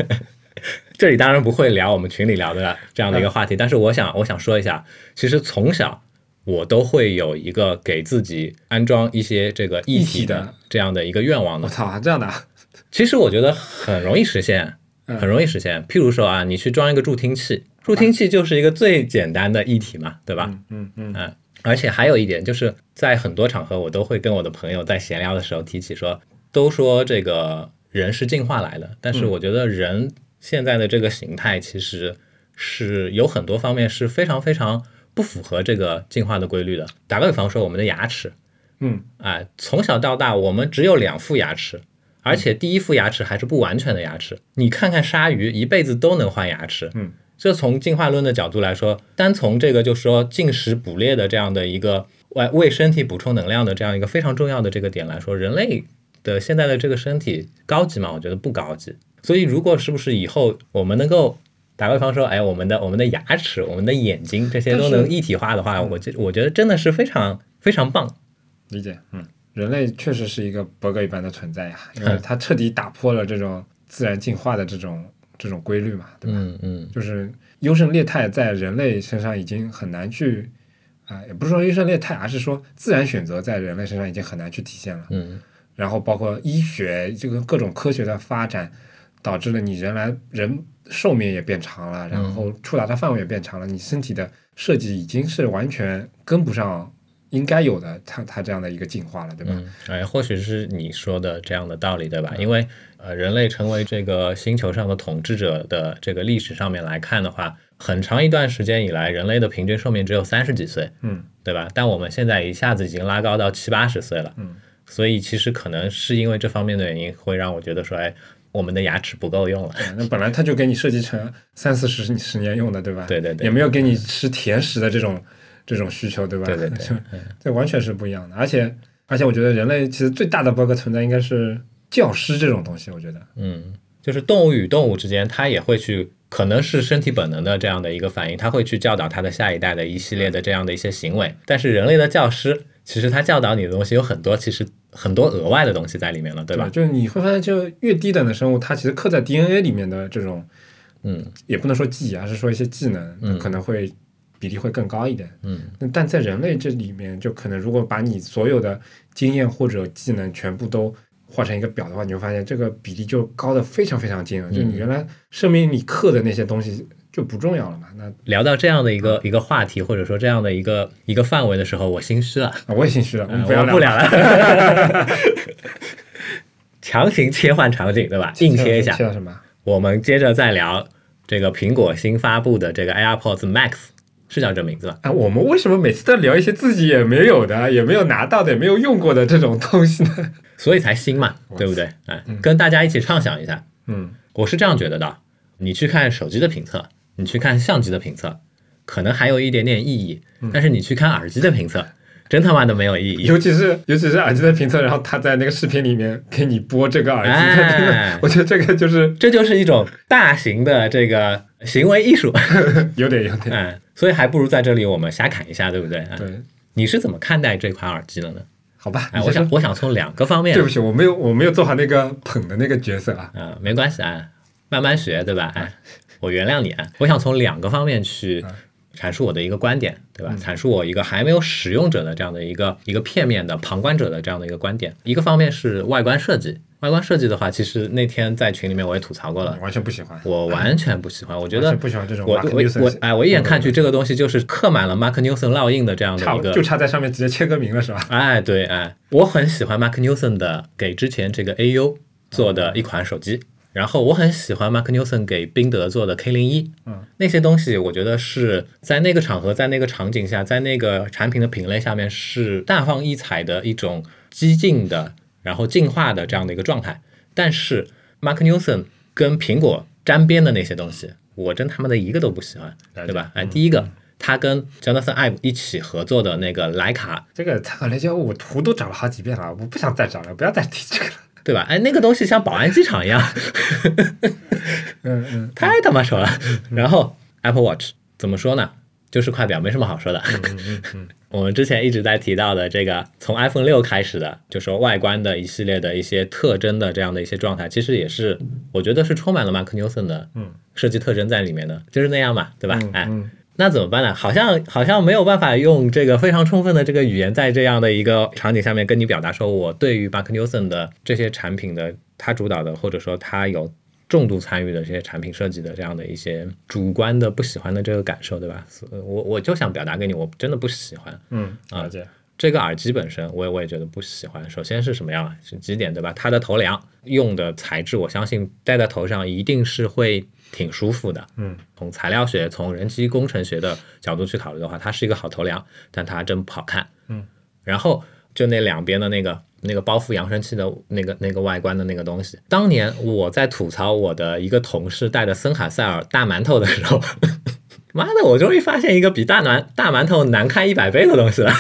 A: 这里当然不会聊我们群里聊的这样的一个话题，但是我想我想说一下，其实从小我都会有一个给自己安装一些这个一
B: 一
A: 体
B: 体的
A: 的这样的一个愿望
B: 我
A: 的。
B: 操，这样的啊，
A: 其实我觉得很容易实现，
B: 嗯
A: 很容易实现。譬如说啊，你去装一个助听器，助听器就是一个最简单的一体嘛，对吧？
B: 嗯嗯嗯，
A: 嗯，而且还有一点，就是在很多场合，我都会跟我的朋友在闲聊的时候提起说，都说这个人是进化来的，但是我觉得人现在的这个形态其实是有很多方面是非常非常不符合这个进化的规律的。打个比方说，我们的牙齿，
B: 嗯，
A: 啊、从小到大我们只有两副牙齿。而且第一副牙齿还是不完全的牙齿，你看看鲨鱼一辈子都能换牙齿，
B: 嗯，
A: 这从进化论的角度来说，单从这个就是说进食捕猎的这样的一个为为身体补充能量的这样一个非常重要的这个点来说，人类的现在的这个身体高级吗？我觉得不高级。所以如果是不是以后我们能够打个比方说，哎，我们的我们的牙齿、我们的眼睛这些
B: 但
A: 都
B: 是
A: 能一体化的话，我觉我觉得真的是非常非常棒。
B: 理解，嗯，人类确实是一个 bug 一般的存在呀，因 为它彻底打破了这种自然进化的这种这种规律嘛，对吧？
A: 嗯嗯
B: 就是优胜劣汰在人类身上已经很难去，啊、也不是说优胜劣汰，而是说自然选择在人类身上已经很难去体现了。
A: 嗯
B: 然后包括医学这个各种科学的发展，导致了你人来人寿命也变长了，然后触达的范围也变长了，你身体的设计已经是完全跟不上应该有的它它这样的一个进化了，对吧？
A: 嗯，哎，或许是你说的这样的道理，对吧？因为呃，人类成为这个星球上的统治者的这个历史上面来看的话，很长一段时间以来，人类的平均寿命只有三十几岁，
B: 嗯，
A: 对吧？但我们现在一下子已经拉高到七八十岁了，
B: 嗯，
A: 所以其实可能是因为这方面的原因，会让我觉得说，哎，我们的牙齿不够用了。
B: 对嗯啊那本来他就给你设计成三四十十年用的，对吧？
A: 对对对
B: 也没有给你吃甜食的这种这种需求，对吧？
A: 对对嗯对
B: 就，这完全是不一样的。而且而且，我觉得人类其实最大的 bug 存在应该是教师这种东西，我觉得。
A: 嗯，就是动物与动物之间，它也会去，可能是身体本能的这样的一个反应，它会去教导它的下一代的一系列的这样的一些行为。但是人类的教师，其实他教导你的东西有很多，其实很多额外的东西在里面了，对吧？
B: 就是你会发现，就越低等的生物，它其实刻在 DNA 里面的这种，
A: 嗯，
B: 也不能说记忆，而是说一些技能，
A: 嗯
B: 可能会比例会更高一点。
A: 嗯，
B: 那但在人类这里面，就可能如果把你所有的经验或者技能全部都画成一个表的话，你会发现这个比例就高的非常非常惊人。就
A: 嗯
B: 你原来生命里刻的那些东西就不重要了嘛。那
A: 聊到这样的一个一个话题，或者说这样的一个一个范围的时候，我心虚了，
B: 啊我也心虚了，我
A: 嗯
B: 们
A: 我
B: 不要
A: 们不
B: 聊
A: 聊 了。强行切换场景，对吧？硬切一下
B: 切。到什么？
A: 我们接着再聊这个苹果新发布的这个 AirPods Max，是叫这名字吧？
B: 啊，我们为什么每次都聊一些自己也没有的、也没有拿到的、也没有用过的这种东西呢？
A: 所以才新嘛，对不对？哎，跟大家一起畅想一下，
B: 嗯，
A: 我是这样觉得的：你去看手机的评测，你去看相机的评测，可能还有一点点意义，
B: 嗯
A: 但是你去看耳机的评测，真他妈的没有意义。
B: 尤其是尤其是耳机的评测，然后他在那个视频里面给你播这个耳机，
A: 哎
B: 这个我觉得这个就是
A: 这就是一种大型的这个行为艺术，
B: 有点有点
A: 嗯，所以还不如在这里我们瞎侃一下，对不对？哎
B: 对，
A: 你是怎么看待这款耳机的呢？
B: 好吧，
A: 哎，
B: 你
A: 我
B: 先
A: 想
B: 说
A: 我想从两个方面
B: 对，不起，我没有我没有做好那个捧的那个角色啊，
A: 啊，没关系啊，慢慢学，对吧？哎，我原谅你啊。我想从两个方面去
B: 嗯
A: 阐述我的一个观点，对吧？阐述我一个还没有使用者的这样的一个一个片面的旁观者的这样的一个观点。一个方面是外观设计，外观设计的话，其实那天在群里面我也吐槽过了，
B: 完全不喜欢，
A: 嗯我完全不喜欢，我觉
B: 嗯完
A: 得
B: 全不喜欢这种
A: 我
B: Mark
A: 我
B: Newson
A: 我哎，我一眼看去，这个东西就是刻满了 Mark Newson 烙印的这样的
B: 差
A: 一个
B: 就差在上面直接签个名了是吧？
A: 哎，对，哎，我很喜欢 Mark Newson 的给之前这个 AU 做的一款手机，然后我很喜欢 Mark Newson 给宾得做的 K 零一，
B: 嗯，
A: 那些东西我觉得是在那个场合、在那个场景下、在那个产品的品类下面是大放异彩的一种激进的，然后进化的这样的一个状态。但是 Mark Newson 跟苹果沾边的那些东西，我真他妈的一个都不喜欢，
B: 了解嗯
A: 对吧？哎，第一个。他跟 Jonathan Ive 一起合作的那个徕卡
B: 这个参考雷焦，我图都找了好几遍了，我不想再找了，不要再提这个 了。
A: 对吧？哎，那个东西像保安机场一样，
B: 嗯嗯，
A: 太他妈熟了。然后 Apple Watch 怎么说呢？就是块表，没什么好说的。 我们之前一直在提到的这个，从 iPhone 六开始的，就说外观的一系列的一些特征的这样的一些状态，其实也是我觉得是充满了 Mark Newson 的设计特征在里面的，就是那样嘛，对
B: 嗯
A: 吧？哎，那怎么办呢？好像好像没有办法用这个非常充分的这个语言，在这样的一个场景下面跟你表达说我对于 Mark Newson 的这些产品的他主导的，或者说他有重度参与的这些产品设计的这样的一些主观的不喜欢的这个感受，对吧？所我我就想表达给你，我真的不喜欢。
B: 嗯，
A: 啊
B: 了解。
A: 这个耳机本身，我也我也觉得不喜欢。首先是什么样啊？是几点对吧？它的头梁用的材质，我相信戴在头上一定是会挺舒服的。
B: 嗯，
A: 从材料学、从人机工程学的角度去考虑的话，它是一个好头梁，但它真不好看。
B: 嗯，
A: 然后就那两边的那个那个包覆扬声器的那个那个外观的那个东西，当年我在吐槽我的一个同事戴的森海塞尔大馒头的时候。 妈的！我终于发现一个比大馒大馒头难看一百倍的东西了。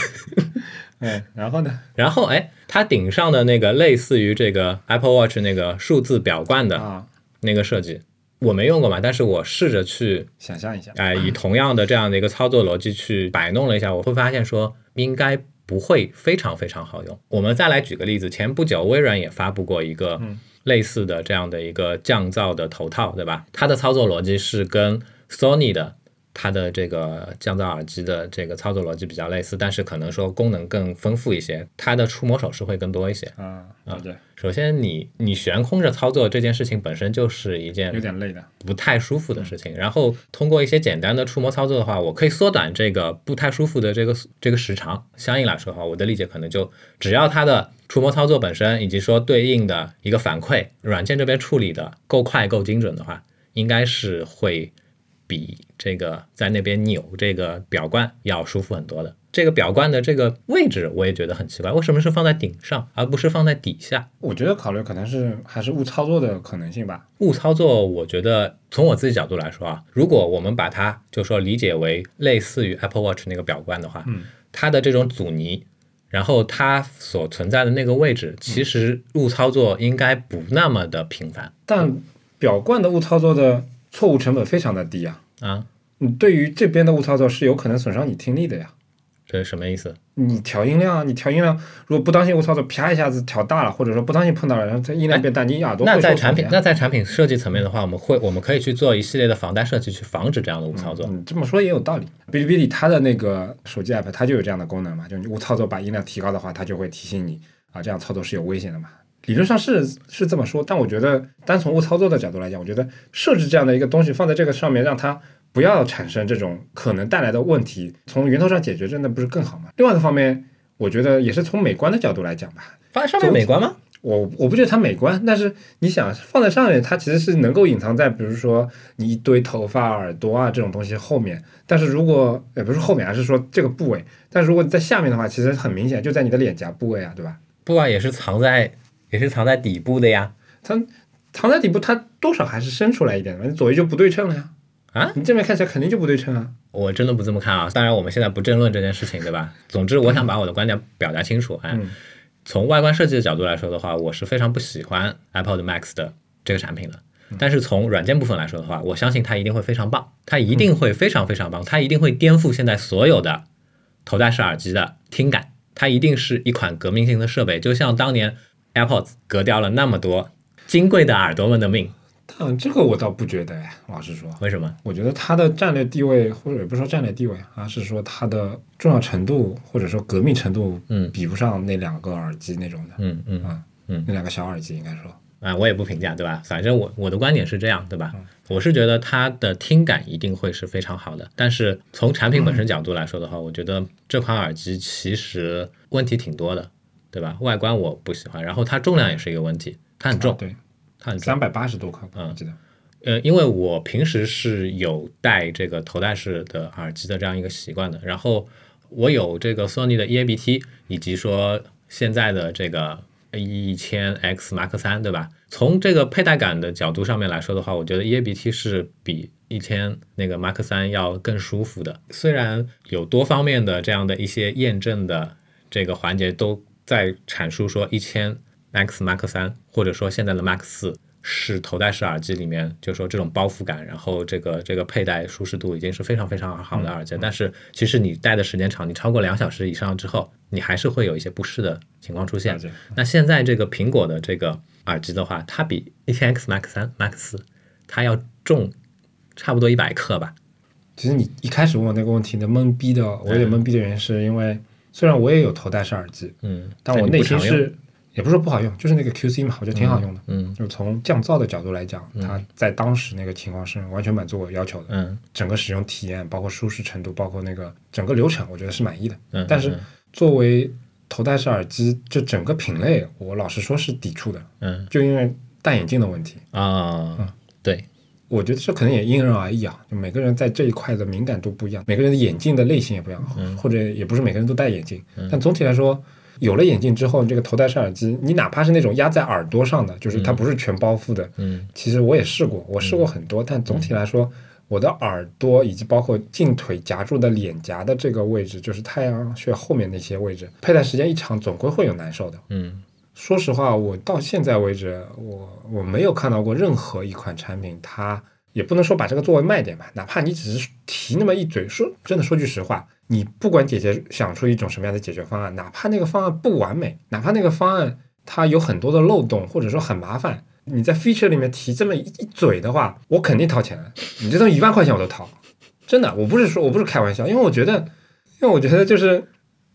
B: 嗯，然后呢？
A: 然后哎，它顶上的那个类似于这个 Apple Watch 那个数字表冠的
B: 啊，
A: 那个设计，我没用过嘛，但是我试着去
B: 想象一下，
A: 哎、以同样的这样的一个操作逻辑去摆弄了一下，我会发现说应该不会非常非常好用。我们再来举个例子，前不久微软也发布过一个类似的这样的一个降噪的头套，对吧？它的操作逻辑是跟 Sony 的。它的这个降噪耳机的这个操作逻辑比较类似，但是可能说功能更丰富一些，它的触摸手势会更多一些。
B: 啊，了解，
A: 首先你，你悬空着操作这件事情本身就是一件
B: 有点累的。
A: 不太舒服的事情。然后通过一些简单的触摸操作的话，我可以缩短这个不太舒服的这个这个时长。相应来说的话，我的理解可能就只要它的触摸操作本身以及说对应的一个反馈，软件这边处理的够快够精准的话，应该是会比这个在那边扭这个表冠要舒服很多的。这个表冠的这个位置我也觉得很奇怪，为什么是放在顶上而不是放在底下？
B: 我觉得考虑可能是还是误操作的可能性吧。
A: 误操作，我觉得从我自己角度来说啊，如果我们把它就说理解为类似于 Apple Watch 那个表冠的话，
B: 嗯，
A: 它的这种阻尼，然后它所存在的那个位置，其
B: 嗯
A: 实误操作应该不那么的频繁
B: 但表冠的误操作的错误成本非常的低啊，
A: 啊，
B: 你对于这边的误操作是有可能损伤你听力的呀。
A: 这是什么意思？
B: 你调音量啊，你调音量，如果不当心误操作，啪一下子调大了，或者说不当心碰到了，然后它音量变大，你耳朵
A: 哎那
B: 会
A: 在
B: 受
A: 产
B: 损的
A: 品
B: 呀。
A: 那在产品设计层面的话，我们会我们可以去做一系列的防呆设计，去防止这样的误操作。
B: 嗯，这么说也有道理。哔哩哔哩它的那个手机 app 它就有这样的功能嘛，就你误操作把音量提高的话，它就会提醒你啊，这样操作是有危险的嘛。理论上是是这么说，但我觉得单从误操作的角度来讲，我觉得设置这样的一个东西放在这个上面，让它不要产生这种可能带来的问题，从源头上解决，真的不是更好吗？另外一个方面，我觉得也是从美观的角度来讲吧，
A: 放在上面美观吗？
B: 我我不觉得它美观，但是你想放在上面，它其实是能够隐藏在比如说你一堆头发、耳朵啊这种东西后面。但是如果也不是后面，而是说这个部位，但是如果你在下面的话，其实很明显就在你的脸颊部位啊，对吧？
A: 布啊也是藏在也是藏在底部的呀。
B: 它藏在底部，它多少还是伸出来一点的，你左右就不对称了呀。
A: 啊，
B: 你这边看起来肯定就不对称啊。
A: 我真的不这么看啊。当然，我们现在不争论这件事情，对吧？总之，我想把我的观点表达清楚。哎，
B: 嗯
A: 从外观设计的角度来说的话，我是非常不喜欢 iPod Max 的这个产品的。但是从软件部分来说的话，我相信它一定会非常棒，它一定会非常非常棒，它一定会颠覆现在所有的头戴式耳机的听感。它一定是一款革命性的设备，就像当年 AirPods 革掉了那么多金贵的耳朵们的命。
B: 但这个我倒不觉得呀，老实说。
A: 为什么？
B: 我觉得它的战略地位，或者也不是说战略地位，而是说它的重要程度，或者说革命程度，
A: 嗯
B: 比不上那两个耳机那种的，
A: 嗯嗯。
B: 啊，
A: 嗯
B: 那两个小耳机应该说，
A: 啊、我也不评价，对吧？反正我我的观点是这样，对吧？我是觉得它的听感一定会是非常好的，但是从产品本身角度来说的话，我觉得这款耳机其实问题挺多的，对吧？外观我不喜欢，然后它重量也是一个问题，它很重，
B: 对，
A: 它很重。
B: 三百八十多克，我记得，
A: 呃，因为我平时是有戴这个头戴式的耳机的这样一个习惯的，然后我有这个 Sony 的 E EABT，以及说现在的这个一千 X Mark 三，对吧？从这个佩戴感的角度上面来说的话，我觉得 E EABT 是比一千那个 Mark 三要更舒服的，虽然有多方面的这样的一些验证的这个环节都在阐述说一千 Max Mark 三，或者说现在的 Max 四是头戴式耳机里面，就说这种包覆感，然后这个这个佩戴舒适度已经是非常非常好的耳
B: 嗯
A: 机。但是其实你戴的时间长，你超过两小时以上之后，你还是会有一些不适的情况出现
B: 了解。
A: 那现在这个苹果的这个耳机的话，它比一千 X Max 三 Max 四它要重差不多一百克吧。
B: 其实你一开始问我那个问题，你的懵逼的，我有点懵逼的原因是因为，虽然我也有头戴式耳机，
A: 嗯，
B: 但我
A: 你
B: 内
A: 不
B: 心
A: 常用
B: 是，也不是说不好用，就是那个 QC 嘛，我觉得挺好用的，
A: 嗯
B: 就从降噪的角度来讲，它在当时那个情况是完全满足我要求的，
A: 嗯
B: 整个使用体验，包括舒适程度，包括那个整个流程，我觉得是满意的。
A: 嗯
B: 但是
A: 嗯
B: 作为头戴式耳机，这整个品类，我老实说是抵触的，
A: 嗯
B: 就因为戴眼镜的问题。
A: 啊、
B: 嗯
A: 对，
B: 我觉得这可能也因人而异啊，就每个人在这一块的敏感度不一样，每个人的眼镜的类型也不一样，
A: 嗯
B: 或者也不是每个人都戴眼镜。但总体来说，有了眼镜之后，这个头戴式耳机，你哪怕是那种压在耳朵上的，就是它不是全包覆的，
A: 嗯
B: 其实我也试过，我试过很多，但总体来说，我的耳朵以及包括近腿夹住的脸颊的这个位置，就是太阳穴后面那些位置，佩戴时间一长，总归会有难受的。
A: 嗯
B: 说实话，我到现在为止，我我没有看到过任何一款产品，它也不能说把这个作为卖点吧，哪怕你只是提那么一嘴，说真的，说句实话，你不管解决想出一种什么样的解决方案，哪怕那个方案不完美，哪怕那个方案它有很多的漏洞，或者说很麻烦，你在 feature 里面提这么一一嘴的话，我肯定掏钱的，你这东西一万块钱我都掏，真的，我不是说我不是开玩笑，因为我觉得，因为我觉得就是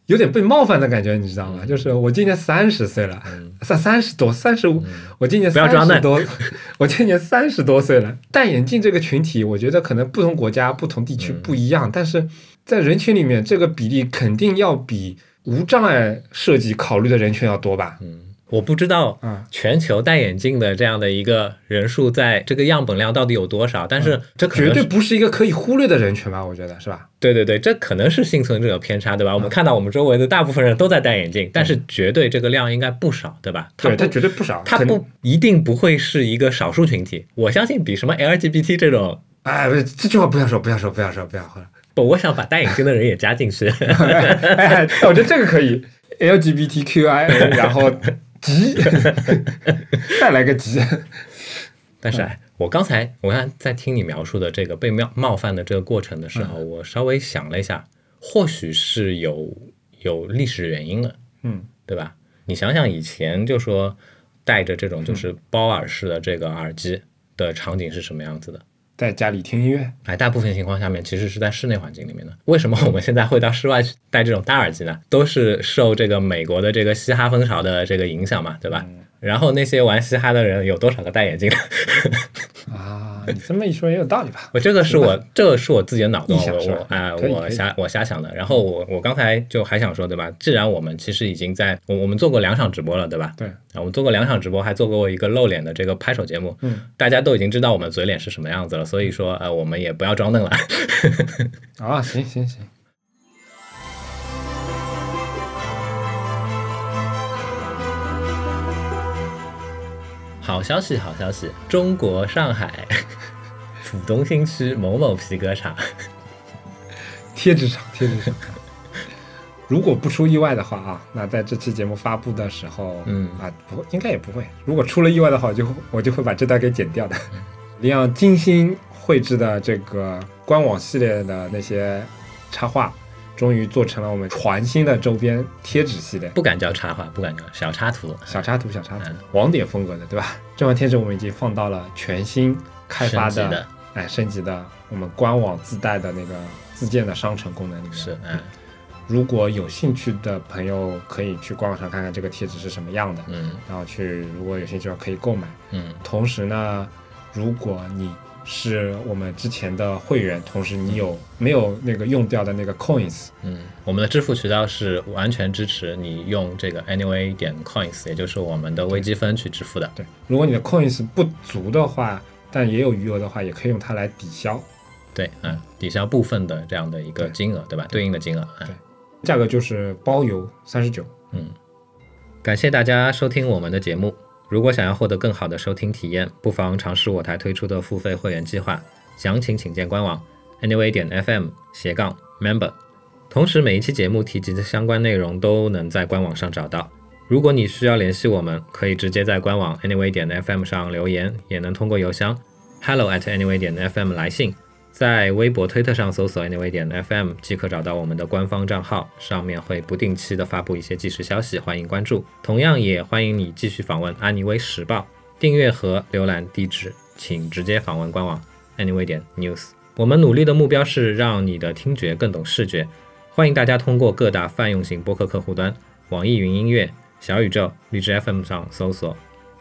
B: 有点被冒犯的感觉，你知道
A: 嗯
B: 吗？就是我今年三十岁了，三三十多，三十五，我今年
A: 嗯不要装
B: 三十
A: 嫩
B: 多， 我今年三十多岁了。戴眼镜这个群体，我觉得可能不同国家、不同地区不一样，
A: 嗯
B: 但是在人群里面，这个比例肯定要比无障碍设计考虑的人群要多吧？
A: 嗯，我不知道
B: 嗯
A: 全球戴眼镜的这样的一个人数，在这个样本量到底有多少？但是这可
B: 嗯绝
A: 能
B: 对
A: 是、
B: 不是一个可以忽略的人群吧？我觉得是吧？
A: 对对对，这可能是幸存者偏差，
B: 嗯
A: 对吧？我们看到我们周围的大部分人都在戴眼镜，但是绝对这个量应该不少，对吧？它
B: 对，
A: 不
B: 它绝对不少，
A: 它
B: 肯定
A: 不一定不会是一个少数群体，我相信比什么 LGBT 这种。
B: 哎，不是这句话不要说，不要说，不要说，不要说。
A: 不，我想把戴眼镜的人也加进 去。
B: 哎，我觉得这个可以，LGBTQI，然后极， 再来个极。
A: 但
B: 嗯
A: 是，哎，我刚才我刚才在听你描述的这个被冒冒犯的这个过程的时候，
B: 嗯
A: 我稍微想了一下，或许是有有历史原因的，
B: 嗯，
A: 对吧？你想想以前就说戴着这种
B: 嗯
A: 就是包耳式的这个耳机的场景是什么样子的？
B: 在家里听音乐，
A: 哎，大部分情况下面其实是在室内环境里面的。为什么我们现在会到室外去戴这种大耳机呢？都是受这个美国的这个嘻哈风
B: 嗯
A: 潮的这个影响嘛，对吧？然后那些玩嘻哈的人有多少个戴眼镜的？
B: 啊，你这么一说也有道理吧？
A: 我这个是我这个是我自己的脑洞，
B: 臆想
A: 我
B: 是
A: 我
B: 吧
A: 啊、
B: 可以
A: 我
B: 可以
A: 瞎我瞎想的。然后我我刚才就还想说，对吧？既然我们其实已经在我我们做过两场直播了，对吧？
B: 对，
A: 啊，我们做过两场直播，还做过一个露脸的这个拍手节目，
B: 嗯，
A: 大家都已经知道我们嘴脸是什么样子了，所以说呃，我们也不要装嫩了。
B: 啊，行行行，
A: 好消息，好消息！中国上海浦东新区某某皮革厂，
B: 贴纸上贴纸上。 如果不出意外的话啊，那在这期节目发布的时候，
A: 嗯
B: 啊，不应该也不会。如果出了意外的话，我就我就会把这段给剪掉的。 李昂精心绘制的这个官网系列的那些插画，终于做成了我们全新的周边贴纸系列。
A: 不敢叫插画，不敢叫小插图，
B: 小插图，小插图
A: 嗯，
B: 网点风格的，对吧？这款贴纸我们已经放到了全新开发
A: 升
B: 的，
A: 级的
B: 哎，升级的我们官网自带的那个自建的商城功能里面。
A: 是，嗯
B: 如果有兴趣的朋友可以去官网上看看这个贴纸是什么样的，
A: 嗯
B: 然后去如果有兴趣的话可以购买。
A: 嗯
B: 同时呢，如果你是我们之前的会员，同时你有没有那个用掉的那个 coins，
A: 嗯，我们的支付渠道是完全支持你用这个 anyway 点 coins，也就是我们的微积分去支付的。
B: 对，如果你的 coins 不足的话，但也有余额的话，也可以用它来抵消。
A: 对，嗯，抵消部分的这样的一个
B: 对
A: 金额，对吧？对应的金额，嗯
B: 对价格就是包邮三十九。
A: 嗯，感谢大家收听我们的节目。如果想要获得更好的收听体验，不妨尝试我台推出的付费会员计划，详情请见官网 anyway 点 fm 斜杠 member。同时，每一期节目提及的相关内容都能在官网上找到。如果你需要联系我们，可以直接在官网 anyway 点 fm 上留言，也能通过邮箱 hello at anyway 点 fm 来信。在微博、推特上搜索 anyway 点 FM 即可找到我们的官方账号，上面会不定期的发布一些即时消息，欢迎关注。同样也欢迎你继续访问安妮微时报，订阅和浏览地址请直接访问官网 anyway 点 news。我们努力的目标是让你的听觉更懂视觉，欢迎大家通过各大泛用型播客客户端、网易云音乐、小宇宙、荔枝 FM 上搜索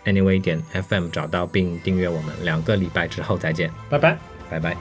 A: anyway 点 FM 找到并订阅我们。两个礼拜之后再见，
B: 拜拜。
A: 拜拜。